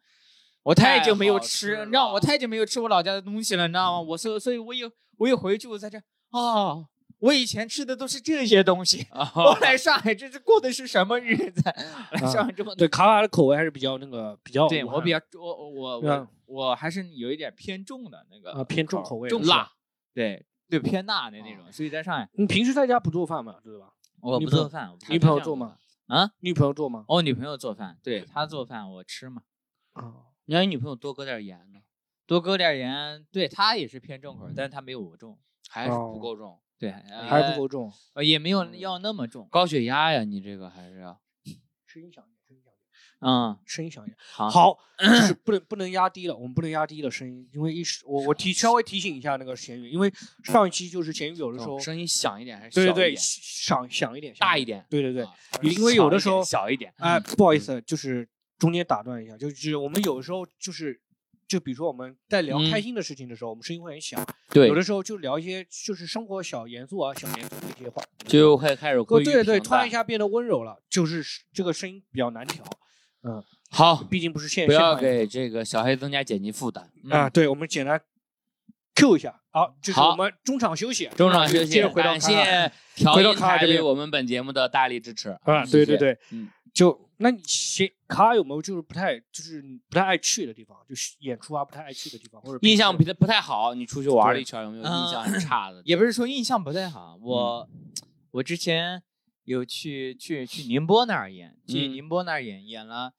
我太太久没有好吃，吃你知道，我了太久没有吃我老家的东西了，你知道嗯吗？我所所以，我有我一回去，我在这哦，我以前吃的都是这些东西，哦我来上海这是过的是什么日子？来上海这么嗯对卡卡的口味还是比较那个比较对武我比汉较我我嗯我我还是有一点偏重的那啊个偏重口味重是吧辣，对对偏辣的那种，所以在上海你平时在家不做饭吗？对吧？我女不朋友做饭，我不女太朋友这样做饭吗？啊，女朋友做吗？我女朋友做饭，对她做饭我吃嘛，啊，你让你女朋友多搁点盐呢，多搁点盐，对她也是偏重口，但是她没有我重，还是哦不够重，对，还是呃不够重，呃，也没有要那么重。高血压呀，你这个还是要。声音响一点，声音响一点，嗯，声音响一点。好， 好，就是不能不能压低了，我们不能压低了声音，因为一时我我提稍微提醒一下那个咸鱼，因为上一期就是咸鱼有的时候，哦声音响一点还是对对小对，一点响响一点，哦大一一点？对对对啊，，因为有的时候小一点，哎，不嗯好意思，就是中间打断一下，就是我们有时候就是，就比如说我们在聊嗯开心的事情的时候，我们声音会很小，对有的时候就聊一些就是生活小严肃啊、小严肃的一些话，就会开始哦，归于对对，平突然一淡。下变得温柔了，就是这个声音比较难调，好，毕竟不是现不现要场演给这个小黑增加剪辑负担。嗯出啊，对，我们简单 Q 一下，好，就是好我们中场休息，啊中场休接息，着回到感卡卡谢调回到音卡卡台这边对我们本节目的大力支持。啊，对对对，嗯就那你写卡有没有就是不太就是不太爱去的地方，就是演出啊不太爱去的地方，或者印象平不时太不太好，你出去玩了一圈，有没有印象很差的？也不是说印象不太好，我我之前有去去去宁波那儿演，去嗯宁波那儿演，演了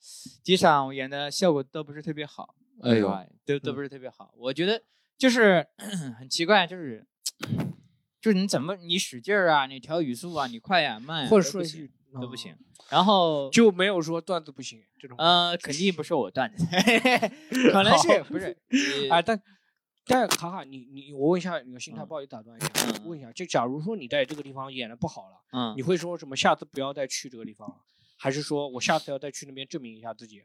几场，我演的效果都不是特别好，哎呦吧，都都嗯不是特别好。我觉得就是 很奇怪，就是 就是你怎么你使劲儿啊，你调语速啊，你快呀、慢呀、或者都说不一行句都不嗯行。然后就没有说段子不行这种。呃，肯定不是我段子， 可能是不是？哎，但但卡卡，你你我问一下你的心态，嗯不好意思打断一下，嗯问一下，就假如说你在这个地方演的不好了，嗯你，会说什么？下次不要再去这个地方了，还是说我下次要再去那边证明一下自己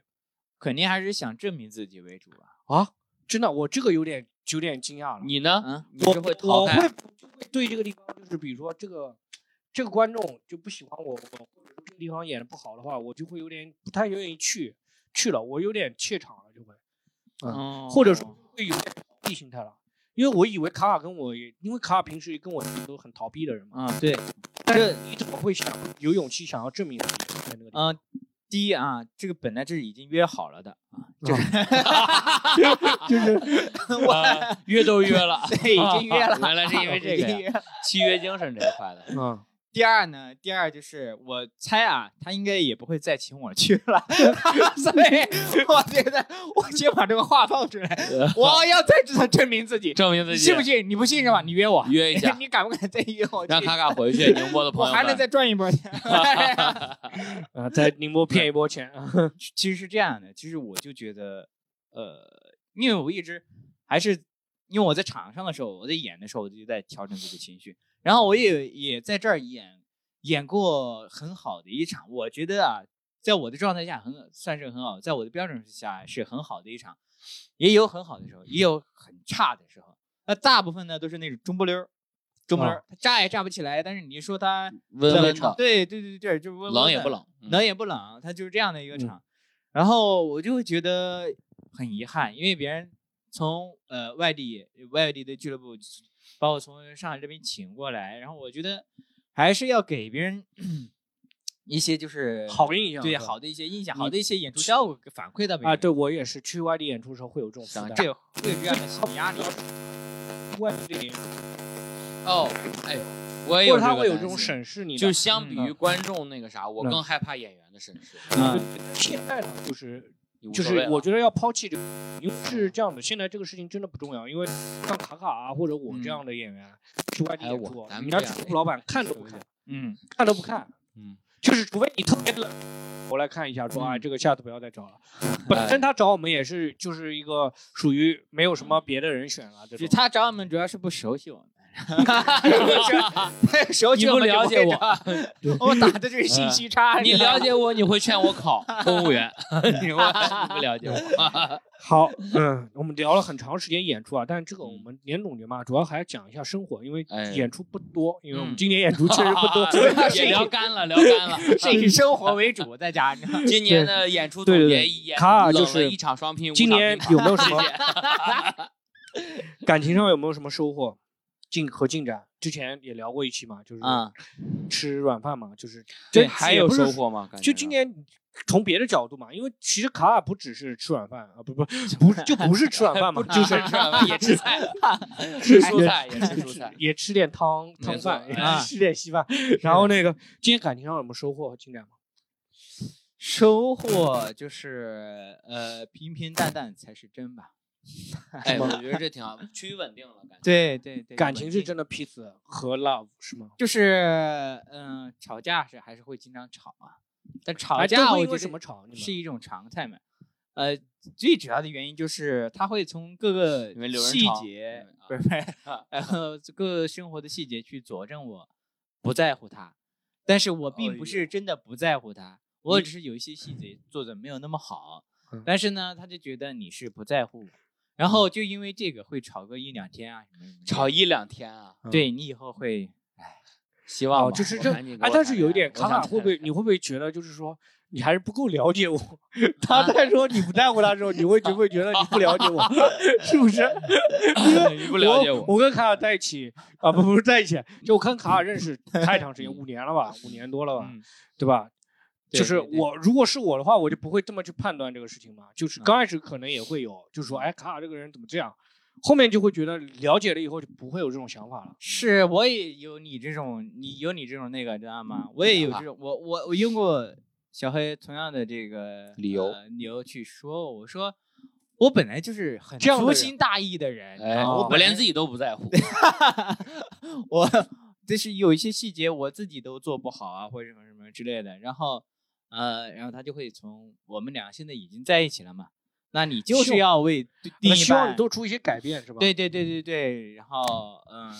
肯定还是想证明自己为主吧。啊？真的，我这个有点有点惊讶了。你呢？嗯，你是会淘我汰会对这个地方，就是比如说这个这个观众就不喜欢我，我或者说这个地方演的不好的话，我就会有点不太愿意去，去了我有点怯场了，就会，嗯哦或者说会有点逃避心态了。因为我以为卡卡跟我也，因为卡卡平时跟我都很逃避的人嘛，啊，对，但是你怎么会想有勇气想要证明自己在那个地方？嗯、第一啊，这个本来这是已经约好了的啊， 啊约都约了，啊对，已 经约了，原来是因为这个已经 呀约了契约精神这一块的。嗯， 第二呢，第二就是我猜啊，他应该也不会再请我去 了，所以我觉得我先把这个话放出来，我要再次证明自己，呃证明自你己，嗯信不信？你不信是吧？你约我，，约一下 你敢不敢再约我去？让卡卡回去宁波的我朋友还能们。再赚一波钱。 啊，在宁波骗一波钱啊，其实是这样的，其实我就觉得，呃，因为我一直还是因为我在场上的时候，我在演的时候，我就在调整自己情绪，然后我也也在这儿演演过很好的一场，我觉得啊，在我的状态下很算是很好，在我的标准下是很好的一场，也有很好的时候，也有很差的时候，那大部分呢都是那种中不溜儿。中不溜儿，它炸也炸不起来，但是你说它温温场，的，对对对对，就是温温冷也的不冷，嗯冷也不冷，他就是这样的一个嗯场。然后我就会觉得很遗憾，因为别人从呃外地外地的俱乐部把我从上海这边请过来，然后我觉得还是要给别人 一些就是好印象对是吧好的一些印象，你好的一些演出效果给反馈到别人啊，对，我也是去外地演出的时候会有这种负想担，这个会有这样的心理压力。外地演出哦，哎，我也或有者他个会有担这种心，审视你的，就相比于嗯观众那个啥，我嗯更害怕演员的审视。嗯现在呢，就是你啊无就所是谓我了觉得要抛弃这个，因为是这样的，现在这个事情真的不重要，因为像卡卡啊或者我这样的演员啊去外地还有演嗯哎我出，啊咱们人家这样俱乐的部老板看都不看，嗯，看都不看，嗯，就是除非你特别冷，我来看一下说啊，嗯哎这个下次不要再 找了。本身他找我们也是就是一个属于没有什么别的人选了这就种。他找我们主要是不熟悉我们。 熟悉你不我们就了解会我找， 我打的就是哎信息差。你知道吗了解我，你会劝我 考公务员，你 我你不了解我， 好，嗯，我们聊了很长时间演出啊，但是这个嗯我们年总结嘛，主要还是讲一下生活，因为哎演出不多，因为我们嗯今年演 出确实不 多，也聊干了，聊干了。是以生活为主，在家，你知 道吗今年的演出对总对结对演卡尔就冷了是一场双拼，五今场年平有手没有什谢么谢 感情上有没有什么收获？进和进展之前也聊过一期嘛，就是啊 吃软饭嘛，就是 对，这还也有不是收获吗？感就觉啊今上年从别的角度嘛，因为其实卡尔不只是吃软饭啊，不不不就不是吃软 饭嘛，就是也 吃菜，吃蔬菜，也吃蔬菜。也吃点汤没汤错饭，也啊吃点稀饭。然后那个今天感情上有没有收获和进展吗？收获就是呃平平淡淡才是真吧。哎，我觉得这挺好，趋于稳定了，感觉。对对对，感情是真的，的 peace 和 love 是吗？就是嗯、吵架是还是会经常吵啊，但吵哎架都会我因觉为得什么吵？你们是一种常态嘛。呃，最主要的原因就是他会从各个因为留人细长嗯，节啊不是不是， 然后各呃个生活的细节去佐证我不在乎他，但是我并不哎是真的不在乎他，我只是有一些细节做的没有那 么好嗯，但是呢，他就觉得你是不在乎我，嗯然后就因为这个会吵个一两天啊什么什么的，吵一两天啊，对你以后会希望吧哦，就是我这赶紧给哎我，但谈是有一恋爱点，卡卡会 不会？你会不会觉得就是说你还是不够了解我？他在说你不在乎他的时候，你会不会觉得你不了解我？是不是？因我为想谈恋爱你不了解我我，，我跟卡卡在一起啊，不不是在一起，就我跟卡卡认识太长时间，五年了吧，五年多了吧，嗯对吧？对就是对对我，如果是我的话，我就不会这么去判断这个事情嘛。就是刚开始可能也会有，就是说，哎，卡卡这个人怎么这样？后面就会觉得了解了以后就不会有这种想法了。是我也有你这种，你有你这种那个，知道吗？我也有这种，我我我用过小黑同样的这个理由呃理由去说我，我说我本来就是很这样的粗人心大意的人，哎，哦我连自己都不在乎， 我就是有一些细节我自己都做不好啊，或者什么什么之类的。然后，呃，然后他就会从我们俩现在已经在一起了嘛，那你就希是望要为那另一希望半你做出一些改变，是吧？对对嗯对对对，然后嗯，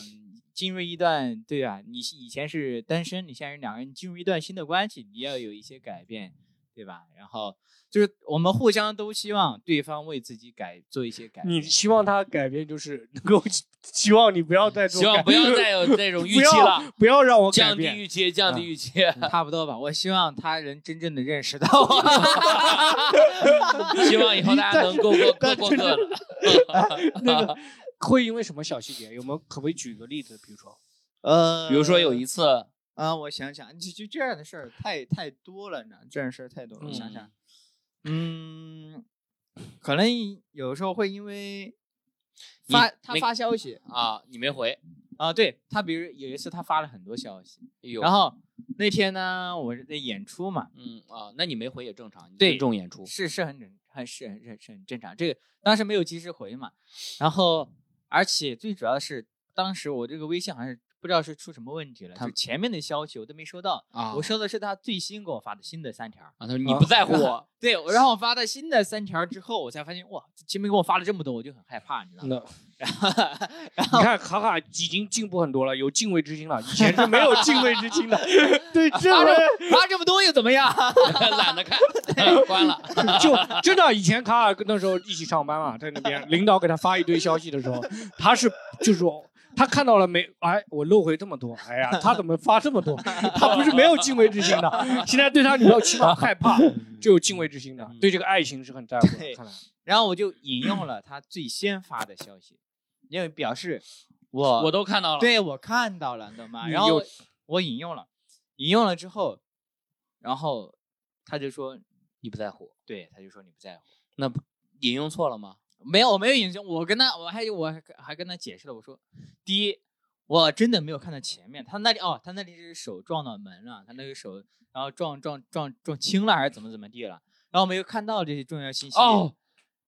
进入一段对啊，你是以前是单身，你现在是两个人进入一段新的关系，你要有一些改变，对吧？然后就是我们互相都希望对方为自己改做一些改变。你希望他改变，就是能够 希望你不要再做希望改不要再有这种预不期要了，不要让我改降低变。预期，降低预期。嗯差不多吧。我希望他人真正的认识到， 希望以后大家能够过各过各的。那 个会因为什么小细节？有没有可不可以举个例子？比如说，呃，比如说有一次，啊，我想想，就就这样的事儿太太多了，你知道，这样的事儿太多了。我想想，嗯，可能有时候会因为你发他那发消息啊，你没回，啊，对他，比如有一次他发了很多消息，有然后那天呢，我在演出嘛，嗯啊，那你没回也正常，你对尊重演出。是是很正，很是很是是很正常。这个当时没有及时回嘛，然后而且最主要的是，当时我这个微信好像是不知道是出什么问题了，他就前面的消息我都没收到，啊我收的是他最新给我发的新的三条。啊，他说你不在乎我， 对，我让我发到新的三条之后，我才发现哇，前面给我发了这么多，我就很害怕，你知 道吗？那你看卡卡已经进步很多了，有敬畏之心了，以前是没有敬畏之心的。 对，这发回这发这么多又怎么样？懒得看，哎关了。 就真的以前卡尔跟那时候一起上班嘛，在那边领导给他发一堆消息的时候， 他是就是说他看到了没？哎，我漏回这么多，哎呀，他怎么发这么多？他不是没有敬畏之心的，现在对他女朋友起码害怕， 就有敬畏之心的，对这个爱情是很在乎的。对看来，然后我就引用了他最先发的消息，因为表示我我都看到了。对我看到了，你懂吗？你然后有我我引用了，引用了之后，然后他就说，你不在乎，对，他就说你不在乎。那不引用错了吗？没有，我没有引用，我跟他，我还我还还跟他解释了，我说，第一，我真的没有看到前面，他那里哦，他那里是手撞到门了，他那个手然后撞撞撞撞青了还是怎么怎么地了，然后没有看到这些重要信息。哦，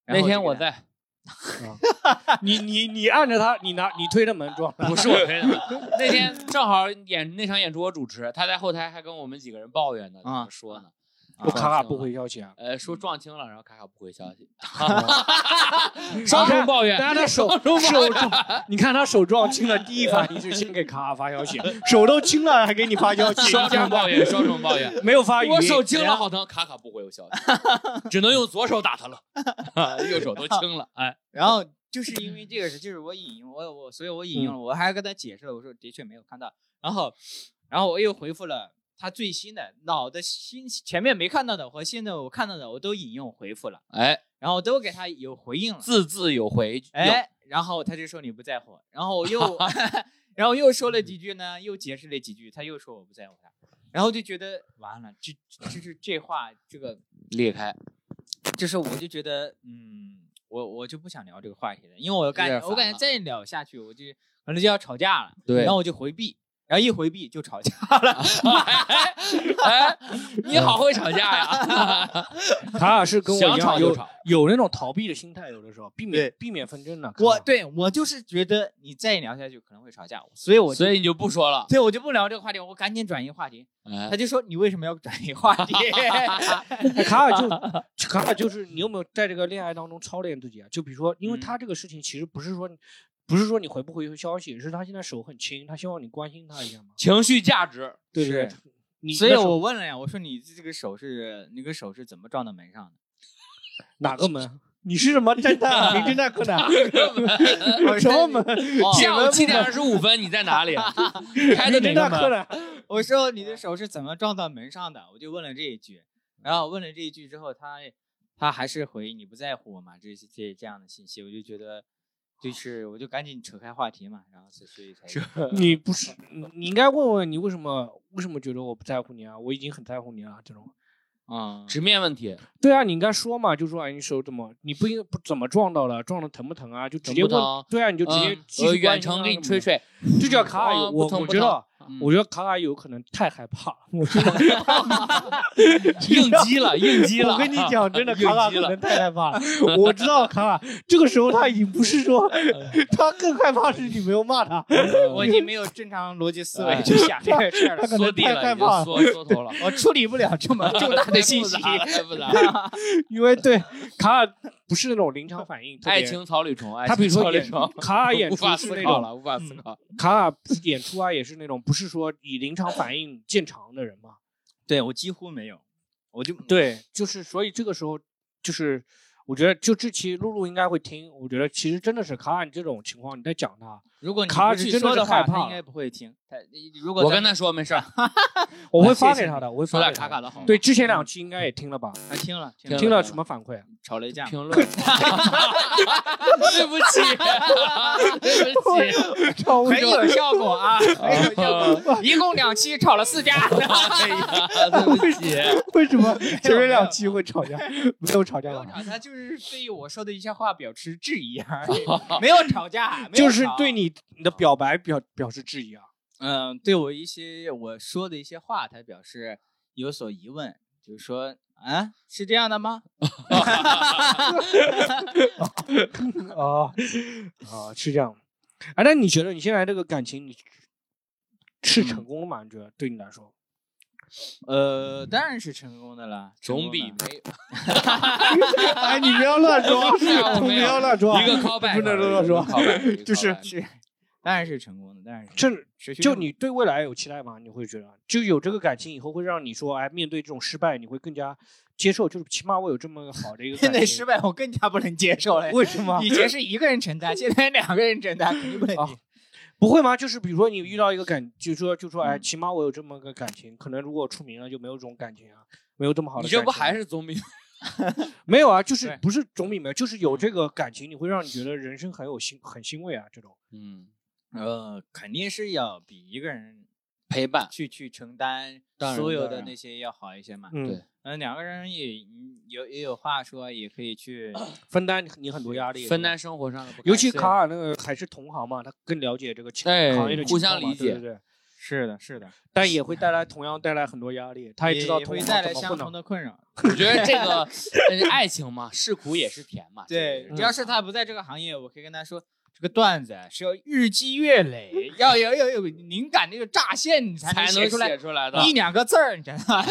然那后天就我给他，在，你你你按着他，你拿你推着门撞，不 是 我推的。那天正好演那场演出，我主持，他在后台还跟我们几个人抱怨呢，怎么啊说呢？我卡卡不回。回消息啊。呃，说撞青了，然后卡卡不回消息， 双 双重重抱怨大。家他手手撞， 你看他手撞青了，第一反应是先给卡卡发消息，手都青了还给你发消息， 双重抱怨，双重抱怨。 没有发语音。哎我手青了，好疼！卡卡不回我消息，只能用左手 打他了，啊右手都青了。哎，然后就是因为这个事，就是我引用我我，所以我引用了，我还跟他解释了，我说的确没有看到，然后然后我又回复了他最新的老的新前面没看到的和现在我看到的我都引用回复了， 哎，然后都给他有回应了。字字有回。有，哎，然后他就说你不在乎，然后我又， 然后又说了几句呢，又解释了几句，他又说我不在乎他，然后就觉得完了，这就是这话，这个 裂开。就是我就觉得，嗯，我我就不想聊这个话题了，因为我感有点我感烦觉了再聊下去，我就可能就要吵架了，对然后我就回避，然后一回避就吵架， 哎，哎你好会吵架 呀！卡卡是跟我想一吵样就有吵。有那种逃避的心态，有的时候避免对避免纷争的。卡我卡对我就是觉得你再聊下去可能会吵架，所以我就所以你就不说了。对我就不聊这个话题，我赶紧转移话题， 哎他，就说你为什么要转移话 题？哎卡卡就卡卡就是你有没有在这个恋爱当中操练自己啊？就比如说，因为嗯他这个事情其实不是说你不是说你回不回消息，是他现在手很轻，他希望你关心他一下嘛。情绪价值对不对是？你所以那手我问了呀，我说你这个手是那个手是怎么撞到门上的？哪个啊门？你是什么侦探 啊？名侦探柯南？呃 什么门？哦下午七点二十五分，你在哪里？啊 开的名哪侦探个柯门？啊南？我说你的手是怎么撞到门上的？我就问了这一句，然后问了这一句之后，他他还是回你不在乎我嘛，这些这这样的信息，我就觉得就是我就赶紧扯开话题嘛，然后所所以才你不是你，你应该问问你为什么为什么觉得我不在乎你啊？我已经很在乎你了，这种。 嗯直面问题，对啊，你应该说嘛，就说哎，你手怎么你不应不怎么撞到了，撞的疼不疼啊？就直接问疼不疼。对啊，你就直接嗯继我续关远心啊程给你什么吹的。吹。这叫卡卡有嗯不我疼我不觉疼得嗯我觉得卡卡有可能太害怕了。我觉得 应激了，应激了。 我跟你 讲，真的卡卡应激可了能太害怕了。我知道卡卡这个时候他已经不是说他更害怕是女朋友骂他，我已经没有正常逻辑思维哎去想这个事儿他了，可缩能地太害了，已经怕了，缩缩头了。我处理不了这么重大的信息。 太复杂， 因为对卡卡不是那种临场反应，特别爱情草履虫，爱他比情如说草履演虫，卡卡演 无出法是思那考种了，无法思考。卡卡演出啊，也是那种不是说以临场反应见长的人嗯嘛。对我几乎没有，我就对，就是所以这个时候就是我觉得就这期露露应该会听，我觉得其实真的是卡尔这种情况，你在讲他，如果你卡不尔是去真的说是的害话，怕他应了该不会听。他如果我咱跟他说没事儿，我会啊发谢给谢他的，我会说发点给卡他。卡的好吗？对，，之前两期应该也听了吧？啊嗯听了听听了了听什么反馈？啊吵了一架，评论。对不 起，对不起。 哦很 有效果啊，很有效果。一共两期吵了四 啊架，哎呀，对不起，为什么前面没有两期会吵架？没有吵架没有吧？吵，他就是对我说的一些话表示质疑 而已，没有吵架，没有就是吵对你你的表白表表示质疑啊。嗯，对我一些我说的一些话，他表示有所疑问，就是说啊，是这样的吗？啊啊，是这样。哎，那你觉得你现在这个感情，你是成功了吗？你觉得对你来说？呃，当然是成功的了，成总功比的没 哎，你不要乱说不是 啊我不没有要乱说。一个 callback，不能乱说一个 callback，一个就是 callback 是，当然是成功的，当然是这持续就这么你对未来有期待吗？你会觉得就有这个感情以后，会让你说，哎，面对这种失败，你会更加接受，就是起码我有这么好的一个现感在情。失败我更加不能接受了。为什么？以前是一个人承担，现在两个人承担，肯定不能啊接不会吗？就是比如说你遇到一个感，就说就说，哎，嗯起码我有这么个感情，可能如果出名了就没有这种感情啊，没有这么好的你感情啊。这不还是总比没有啊？就是对不是总比没有，就是有这个感情，你会让你觉得人生很有欣很欣慰啊。这种嗯呃，肯定是要比一个人陪伴？去去承担当然所有当的然那些要好一些嘛。嗯对，嗯，两个人也嗯有也有话说，也可以去分担你很多压力，分担生活上的不开心，尤其卡尔那个还是同行嘛，他更了解这个情哎行业的情互相况嘛理对解对对，是的，是的，但也会带来同样带来很多压力，他也知道也同会行带来怎么相混同的。的困扰。我觉得这 个呃爱情嘛，是苦也是甜嘛。对，嗯只要是他不在这个行业，我可以跟他说，这个段子是要日积月累，要要要有灵感那个乍现，你才能能出来写出 来的。一两个字儿，你知道吗？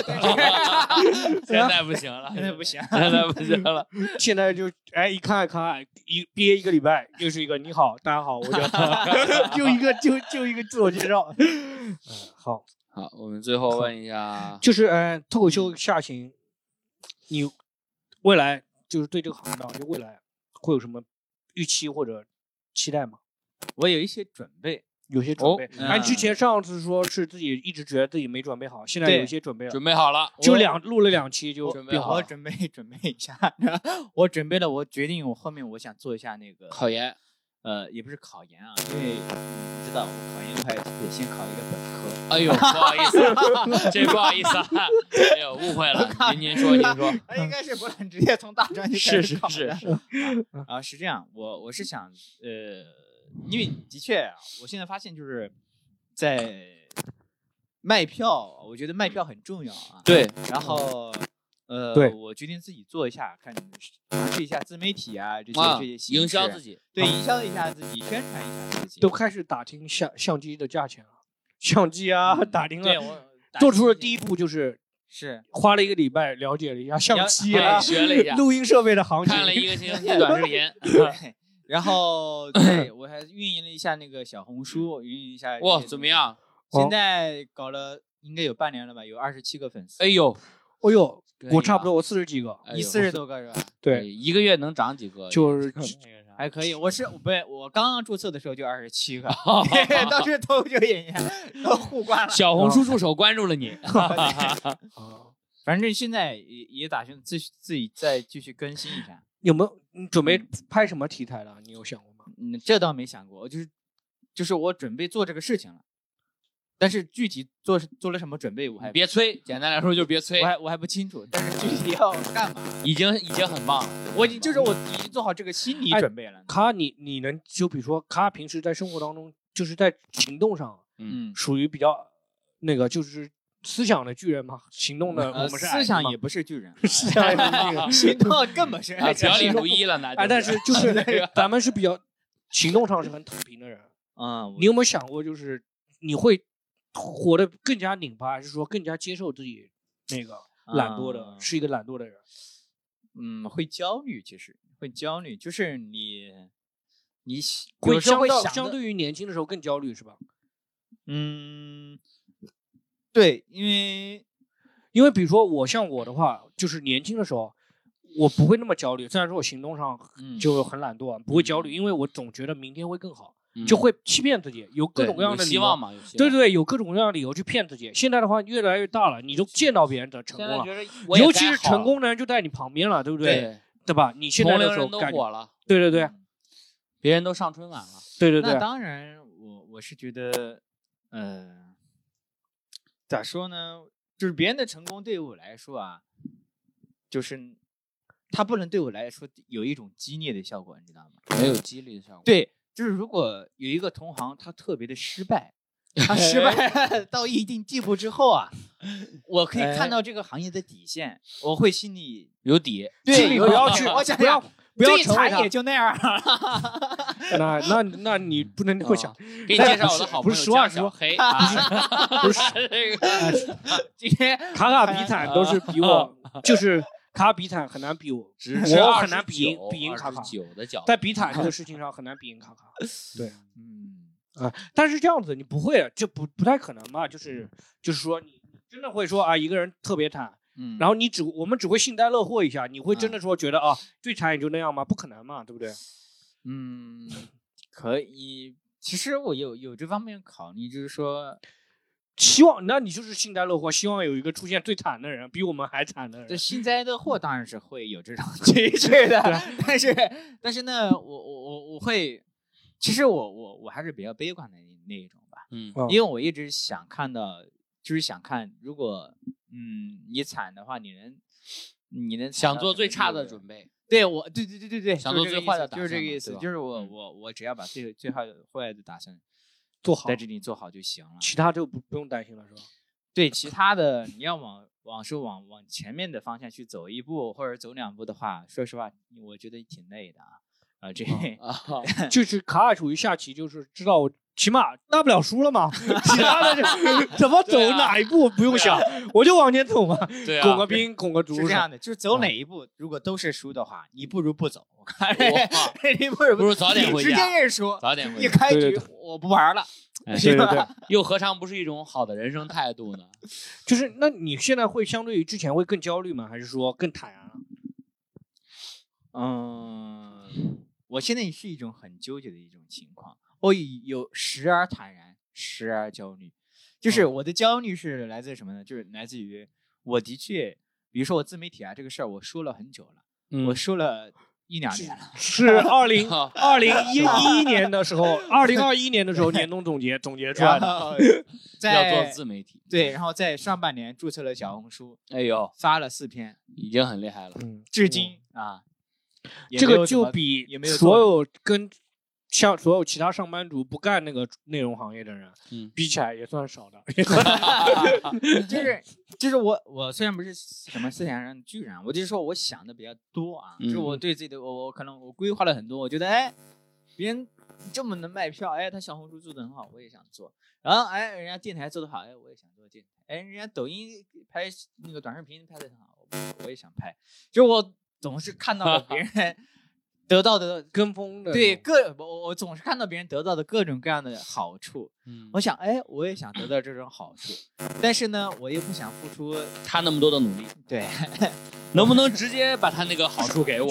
现在不行 了，现在不行，现在不行了。现在就哎一看卡尔一憋一个礼拜，又是一个你好，大家好，我叫卡 尔就一个就就一个自我介绍。 嗯，好，好，我们最后问一 下，就是呃，脱口嗯秀下行，你未来就是对这个行当，就未来会有什么预期或者期待吗？我有一些准备，有些准哦备？哎、之嗯前上次说是自己一直觉得自己没准备好，现在有对一些准备了准，备好了，就我两录了两期就准备变好好我了。准备 准备一下，我准备了，我决定我后面我想做一下那个考研。呃，也不是考研啊，因为你知道我考研快得先考一个本科。哎呦，不好意 思，这不好意思啊，哎呦，误会了。您您说，您 说，那应该是不能直接从大专就开是始是考是的是， 啊，是这样，我我是想，呃，因为的确啊，我现在发现就是在卖票，我觉得卖票很重要啊。。对，然后，呃，对我决定自己做一下，看尝试一下自媒体啊，这些、啊这些，形营销式自，己，对，营销一下自己，宣传一下自己。都开始打听相相机的价钱了，相机啊，嗯打听对了，我打做听出了自第己一步就是 是花了一个礼拜了解了一下相了机啊对，，哎学了一下，录音设备的行情，看了一个星期短 视频，对，然后对我还运营了一下那个小红书，运营一下。哇，怎么？样？哦现在搞了应该有半年了吧，有二十七个粉丝哎，呦，哎呦，可以我差啊不多，我四十几个，哎呦哎你四十多个是吧？对，对，一个月能涨几个？就是还可以，我是我不是我刚刚注册的时候就二十七个，哈哈都是脱口秀演员，都 互关了。小红书助手关注了 你，哎啊反正现在也也打算自自己再继续更新一下。有没有你准备拍什么题材了？你有想过吗？嗯，这倒没想过，我就是就是我准备做这个事情了，但是具体做做了什么准备，我还别催，简单来说就是别催我，还我还不清楚，但是具体要干嘛？已经已经很棒了。啊我已经就是我已经做好这个心理哎准备了。卡，你你能就比如说卡平时在生活当中，就是在行动上嗯，属于比较那个，就是思想的巨人嘛，行动的呃，我们是矮思子想嘛也不是巨人， 思想也不是那 个 行动更不是。啊，表里如一 了呢。哎，但是就是咱们是比较行动上是很躺平的人，嗯，我你有没有想过，就是你会活得更加拧巴，还是说更加接受自己那个懒惰的，啊是一个懒惰的人？嗯会焦虑，其实会焦虑，就是你你喜会有时候相会到想相的对于年轻的时候更焦虑是吧？嗯，对，因为因为比如说我像我的话，就是年轻的时候，我不会那么焦虑。虽然说我行动上嗯就很懒惰，不会焦虑，因为我总觉得明天会更好，嗯就会欺骗自己，有各对种各样有的理希由望。嘛，有希对望。对对，有各种各样的理由去骗自己。现在的话越来越大了，你都见到别人的成现功在了，觉得我也尤其该是好成了，功的人就在你旁边了，对不对？对，对吧？你现在同的龄时候人都嗯感觉，火了，对对对别人都上春晚了。对对那对，当然，我我是觉得，呃，咋说呢？就是别人的成功对我来说啊，就是他不能对我来说有一种激励的效果，你知道吗？没有激励的效果。对，就是如果有一个同行他特别的失 败，他失败到一定地步之后啊，我可以哎看到这个行业的底线，我会心里有底，尽对力有不要底去，我想不要想不要最成为惨他也。就那 样儿。那那那你不能这么想啊，给你介绍我的好不朋是实友话呃江实说小黑啊，不是 这个今天卡卡哎比惨都是 比我，就是卡卡比惨很难比我，只我很难比赢比赢卡卡，九的角度，在比惨这个事情上很难比赢卡卡。嗯，但是这样子你不会，就不不太可能嘛，嗯就是就是说你你真的会说啊，一个人特别惨，嗯然后你只我们只会幸灾乐祸一下，你会真嗯的说觉得啊，最惨也就那样吗？不可能嘛，对不对？嗯，可以。其实我有有这方面考虑，就是说，希望那你就是幸灾乐祸，希望有一个出现最惨的人，比我们还惨的这人。幸灾乐嗯祸当然是会有这种 情绪的，啊但是但是呢，我我我我会，其实我我我还是比较悲观的那那一种吧，嗯嗯因为我一直想看到，就是想看，如果嗯你惨的话，你能你能想做最差的准。准备，对我，对对对对对，想就是做最这个意坏思的打就是这算个嘛意对思，吧就是我嗯我我只要把最最坏的坏的打算做好在这里做好就行了。其他就不不用担心了，是吧？对其他的，你要往往是往往前面的方向去走一步或者走两步的话，说实话，我觉得挺累的啊。啊，这 啊，就是卡卡属于下棋，就是知道我起码大不了输了 嘛，其他的就 怎么走对啊哪一步不用想，我就往前走嘛， 对啊拱 个兵，拱个卒 是什这么，样的，就是嗯走哪一步，如果都是输的话，你不如不走。 我看哇你 不如不如早点你回直接家认输。早点回一去，开对对局我不玩了， 哎对对对，又何尝不是一种好的人生态度呢？就是那你现在会相对于之前会更焦虑吗？还是说更坦然了？啊嗯，我现在是一种很纠结的一种情况，我以有时而坦然，时而焦虑。嗯就是我的焦虑是来自什么呢？就是来自于我的确，比如说我自媒体啊这个事儿，我说了很久了，嗯我说了一两年了。 是二零啊二零一一年的时候，二零二一年的时候年终总结总结出来然的。后在要做自媒体，嗯对，然后在上半年注册了小红书，哎呦，发了四篇，已经很厉害了。嗯，至今啊，也这没个有什就么比也没有所有跟像所有其他上班族不干那个内容行业的人嗯，比起来，也算少的。就是就是我我虽然不是什么思想上的巨人，我就是说我想的比较多啊，就是我嗯对自己的我我可能我规划了很多，我觉得哎，别人这么能卖票，哎，他小红书做的很好，我也想做，然后哎，人家电台做的好，哎，我也想做电台，哎，人家抖音拍那个短视频拍的很好，我我也想拍，就是我总是看到了别 人得到的。跟风的对各我我总是看到别人得到的各种各样的好处，嗯我想，哎，我也想得到这种好处，但是呢，我又不想付出，他那么多的努力，对，能不能直接把他那个好处给 我？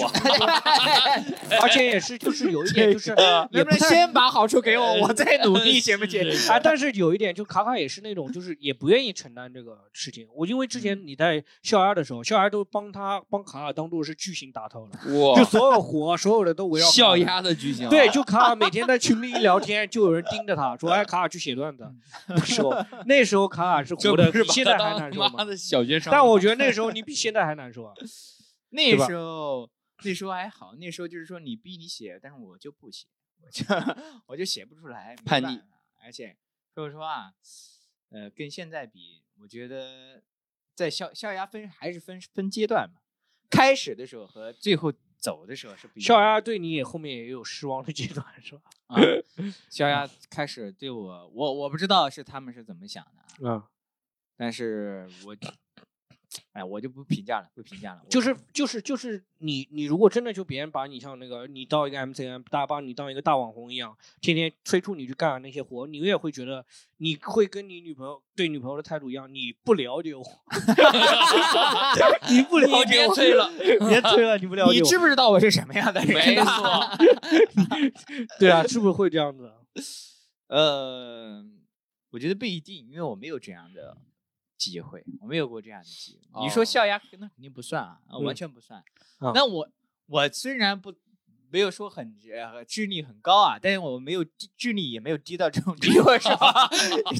而且也是就是有一点就是也能不能太先把好处给我，我再努力，是行不行？ 是啊，但是有一点，就卡卡也是那种，就是也不愿意承担这个事情。我因为之嗯前你在校园的时候，校园都帮他帮卡卡当做是巨星打 头了， 就哇，所有活所有的都围绕卡卡笑。鸭子巨星啊， 对，就卡卡每天在群里一聊天，就有人盯着他说：“哎，卡卡去写段子。”那时候，那时候卡卡 是嗯这活不的是比把现他在还难当受妈吗？的小学生吗？但我觉得那时候你比现在还难受 啊。那对吧时候那时候还好，那时候就是说你逼你写，但是我就不写，我就我就写不出来，没叛办逆法。而且说实话，呃，跟现在比，我觉得在校校牙分还是分分阶段嘛，开始的时候和最后走的时候是不一样的。校园对你也后面也有失望的阶段，是吧？啊，小 丫开始对我，我我不知道是他们是怎么想的啊，嗯，但是我 哎，我就不评价了，不评价了。我就是就是就是你你如果真的就别人把你像那个你到一个 MCN，大家把你当一个大网红一样，天天催促你去干那些活，你也会觉得你会跟你女朋友对女朋友的态度一样，你不了解我， 你不了你解别我，催了，别催了，你不了解你我，知不知道我是什么样的人？啊没 错， 对啊，是不是会这样子？呃，我觉得不一定，因为我没有这样的机会，我没有过这样的机会。你说哦校牙，那肯定不算 啊，呃嗯完全不算。啊那我我虽然不没有说很呃智力很高啊，但是我没有低智力也没有低到这种地步，是 吧？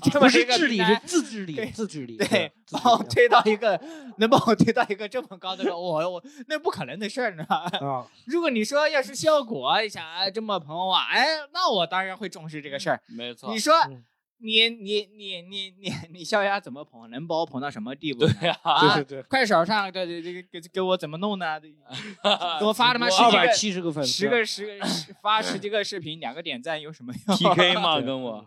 这不么是一个智力，平是台自制力，对自制力。对，哦自制把我力推到一个能把我推到一个这么高的高，我我那不可能的事儿呢。啊，如果你说要是效果想哎这么捧我，哎，那我当然会重视这个事儿。没错 你，说嗯你你你你你你笑鸭怎么捧？能把我捧到什么地步呢？对啊，对对对，快手上这这这给给我怎么弄呢？给我发他妈啊二十百七十个粉丝，啊几个、十个、十个十发 十几个视频，两个点赞有什么 用？ PK 嘛，跟我，啊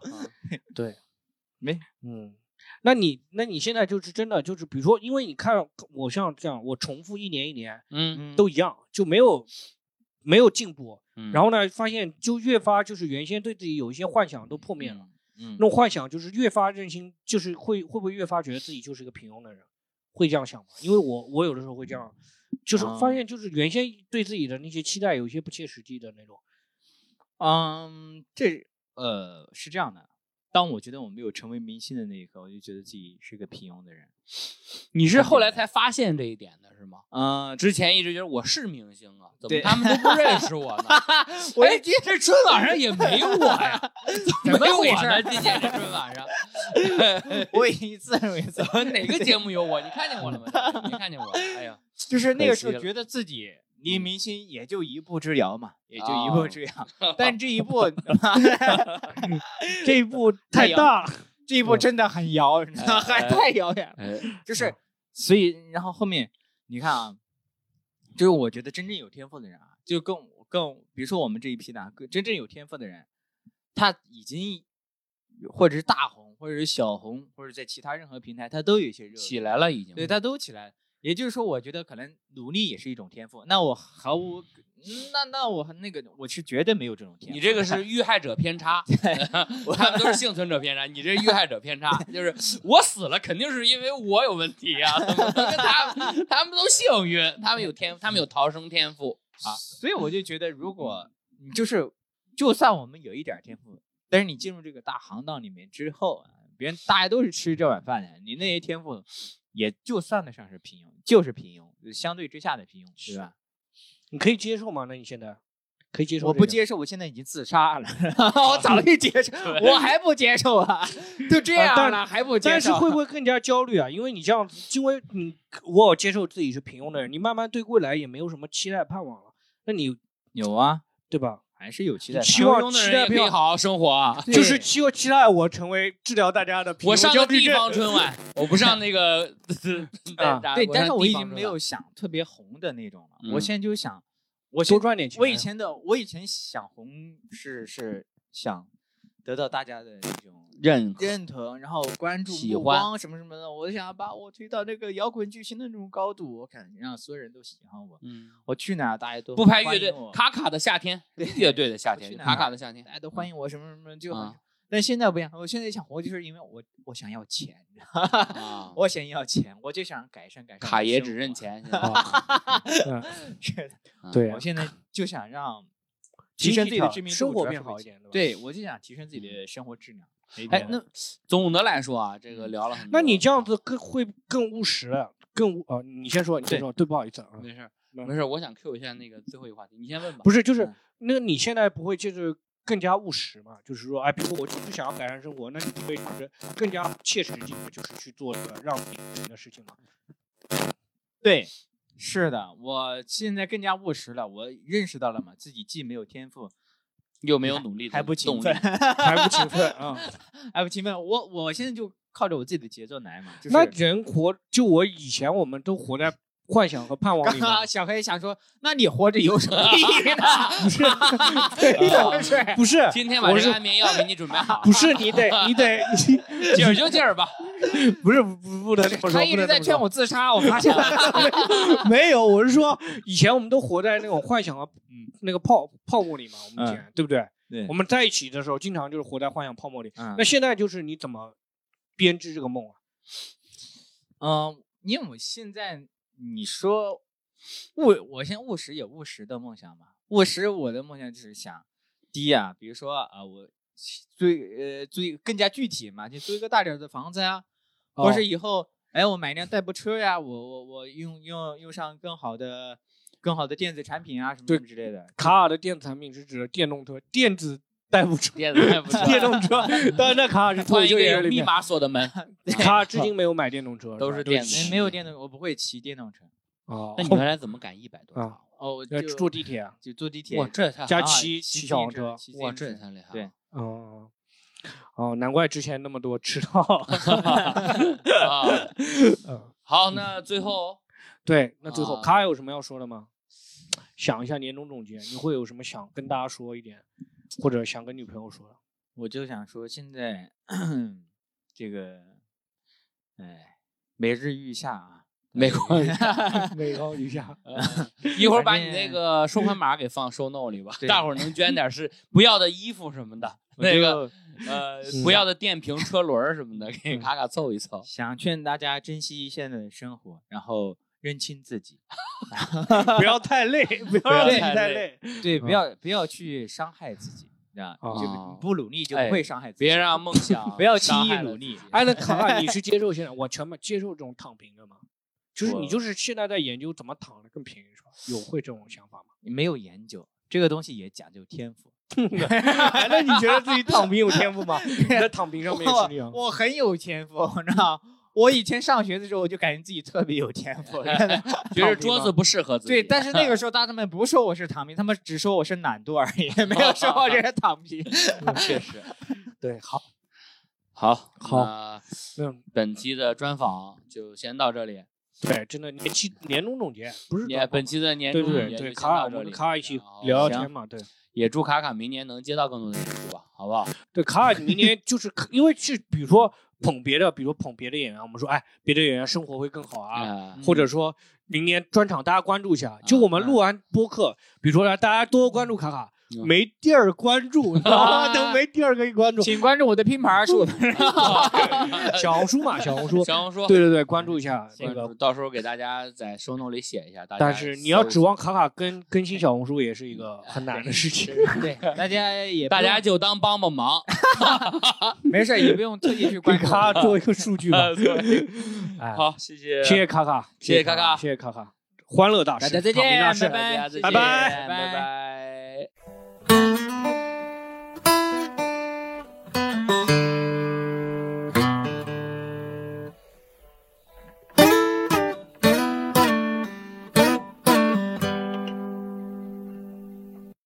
嗯，那你那你现在就是真的就是，比如说，因为你看我像这样，我重复一年一年嗯， 嗯都一样，就没有没有进步。嗯然后呢，发现就越发就是原先对自己有一些幻想都破灭了，嗯那种幻想就是越发任性，就是会会不会越发觉得自己就是一个平庸的人，会这样想吗？因为我我有的时候会这样，就是发啊现就是原先对自己的那些期待有一些不切实际的那种。嗯，这呃是这样的。当我觉得我没有成为明星的那一刻，我就觉得自己是个平庸的人。你是后来才发现这一点的是吗？嗯、啊之前一直觉得我是明星啊，怎么对他们都不认识我呢？ 我哎已经这春晚上也没我呀， 怎么没有我呢？今年这春晚上， 我已经自认为自己 哦哪个节目有我？你看见我了吗？没看见我，哎呀，就是那可个惜时候了嗯觉得自己离明星也就一步之遥嘛，也就一步哦之遥。但这 一步， 这一步太太大了，这一步真的很遥，你知道吗还嗯哎太遥远了。哎，就是，嗯所以然后后面你看啊，就是我觉得真正有天赋的人啊，就更更，比如说我们这一批的啊，真正有天赋的人，他已经或者是大红，或者是小红，或者在其他任何平台，他都有一些热度。起来嗯了已经，对，他都起来了。也就是说，我觉得可能努力也是一种天赋。那我毫无，嗯那那我那个我是绝对没有这种天赋的。你这个是遇害者偏 差， 他们都是幸存者偏差，你这是遇害者偏差，就是我死了肯定是因为我有问题啊，怎么跟他们他们都幸运，他们有天，他们有逃生天赋啊，所以我就觉得，如果你就是，就算我们有一点儿天赋，但是你进入这个大行当里面之后啊，别人大家都是吃这碗饭的，你那些天赋也就算得上是平庸，就是平庸，就相对之下的平庸，对吧？你可以接受吗？那你现在可以接受？我不，接受，我现在已经自杀了，我早就接受，我还不接受啊， 就这啊样但了、还不接受？但是会不会更加焦虑啊？因为你这样子，因为你我有接受自己是平庸的人，你慢慢对未来也没有什么期待盼望了，那你有啊，对吧？还是有期待的。希望平庸的期人待也不可以要好好生活啊。对就是期我期待我成为治疗大家的平我庸上个焦虑地症。方 春晚，我不上那个啊对对，但是我已经没有想特别红的那种了。嗯我现在就想，我多现赚点钱。我以前的我以前想红是是想得到大家的那种认认同，然后关注、喜目欢光什么什么的。我想要把我推到那个摇滚巨星的那种高度，我看让所有人都喜欢我。嗯，我去哪儿大家都不拍欢乐队迎我，卡卡的夏天，对乐队的夏我天，去哪卡儿卡的夏天 大，家都欢迎我什么什么就很。啊但现在不一样，我现在想红，就是因为我我想要钱，你知道吗啊我想要钱，我就想改善改善我的生活。卡爷只认 钱，现在嗯是的。对啊我现 在就想让经提济升自己条的知名度，生活主要变是好为一点，对吧？。对，我就想提升自己的生活质量。哎，那总的来说啊，这个聊了很多。那你这样子更会更务实了，更务呃，你先说，你先对说，对，不好意思啊，没事儿嗯没事儿，我想 Q 一下那个最后一个话题，你先问吧。不是，就是嗯那个你现在不会就是更加务实嘛？就是说，哎，比如说我就是想要改善生活，那你会就是更加切实际的，就是去做这个让自己开心的事情 嘛？对，是的，我现在更加务实了，我认识到了嘛，自己既没有天赋，有没有努力的还不动勤力奋，还不勤奋啊？ 还不勤奋。我我现在就靠着我自己的节奏来嘛，就是那人活就我以前我们都活在幻想和盼望刚里吗刚？小黑想说，那你活着有什么意啊义呢？ 不是， 对不对？不是，今天我晚是上安眠药给你准备好，不是你 得你得，劲儿就劲儿吧。不是不不能这么说，他一不直能在这么说劝我自杀，我 发现了。没有，我是说，以前我们都活在那种幻想和嗯那个泡泡沫里嘛，我们以前、对嗯不对？ 对我们在一起的时候，经常就是活在幻想泡沫里。嗯那现在就是你怎么编织这个梦啊？嗯，因为我现在你说务，我现在务实也务实的梦想吧。务实我的梦想就是想，第一啊，比如说啊，我追呃追更加具体嘛，就租一个大点儿的房子呀、或哦是以后哎我买一辆代步车呀、我我我用用用上更好的更好的电子产品啊什么对什么之类的。卡尔的电子产品是指的电动车、电子代步 车、电子太不 错电动车。当然，那卡尔是脱 换口一秀个演有员里密面，码锁 的门，卡尔至今没有买电动车，都是是吧电子骑没没有电动，我不会骑电动车。哦那你原来怎么赶一百多啊场？哦，我要就坐地铁啊？就坐地铁。哇，这也太加啊骑骑骑自小黄行车骑自哇，行这也车太厉害了。对哦哦，难怪之前那么多迟到。啊， 嗯 好，那最 后对，那最后啊卡尔有什么要说的吗？想一下年终总结，你会有什么想跟大家说一点，或者想跟女朋友说的？我就想说，现在这个，哎，每日愈下啊，美国人美高一下， 一会儿把你那个收款码给放 show note 里吧，对大伙儿能捐点是不要的衣服什么的，我那个就呃嗯不要的电瓶、车轮儿什么的，给卡卡凑一凑。想劝大家珍惜现在的生活，然后认清自己， 不要太累，不要让要自己太太累累。对，嗯不要不要去伤害自己，啊，哦哎就不努力就不会伤害自己，别让梦 想不要伤轻易害了努力自己。哎，那卡卡，你是接受现在我全部接受这种躺平的吗？就是你我就是现在在研究怎么躺的更便宜是吧？有会这种想法 吗？没有研究这个东西也讲究天赋。哎那你觉得自己躺平有天赋 吗？你在躺平上面也是这啊样。 我很有天赋，你知道吗。我以前上学的时候，我就感觉自己特别有天赋，真的 觉得桌子不适合自己。 对，但是那个时候大人们不说我是躺平，他们只说我是懒惰而 已，没有说我这是躺平。确实对，好，好 好那嗯，本期的专访就先到这里，对，真的年期年终总结不是也本期的年对终对总结对就对先卡尔，到我这们里，跟卡尔一起然后聊聊行天嘛，对。也祝卡卡明年能接到更多的演出吧，好不好？对，卡尔明年就是可因为是比如说捧别的，比如捧别的演员，我们说哎，别的演员生活会更好啊， 啊或者说明年专场大家关注一下。就我们录完播客，比如说大家多关注卡卡，嗯没地儿关注， 你知道吗？都没地儿可以关注。请关注我的拼盘，是我的小红书嘛，小红书，小红书对对对，关注一下那那个。个到时候给大家在 show note 里写一下，大家但是你要搜指望卡卡更更新小红书，也是一个很难的事情。对，大家也不大家用就当帮 帮忙。 没事儿，也不用特意去给 关注啊我。卡卡做一个数据吧。哎， 好，谢谢， 谢谢卡卡，谢谢卡卡谢谢卡卡，欢乐大师，大家再躺平大见，师拜大家再拜，见，拜拜拜拜。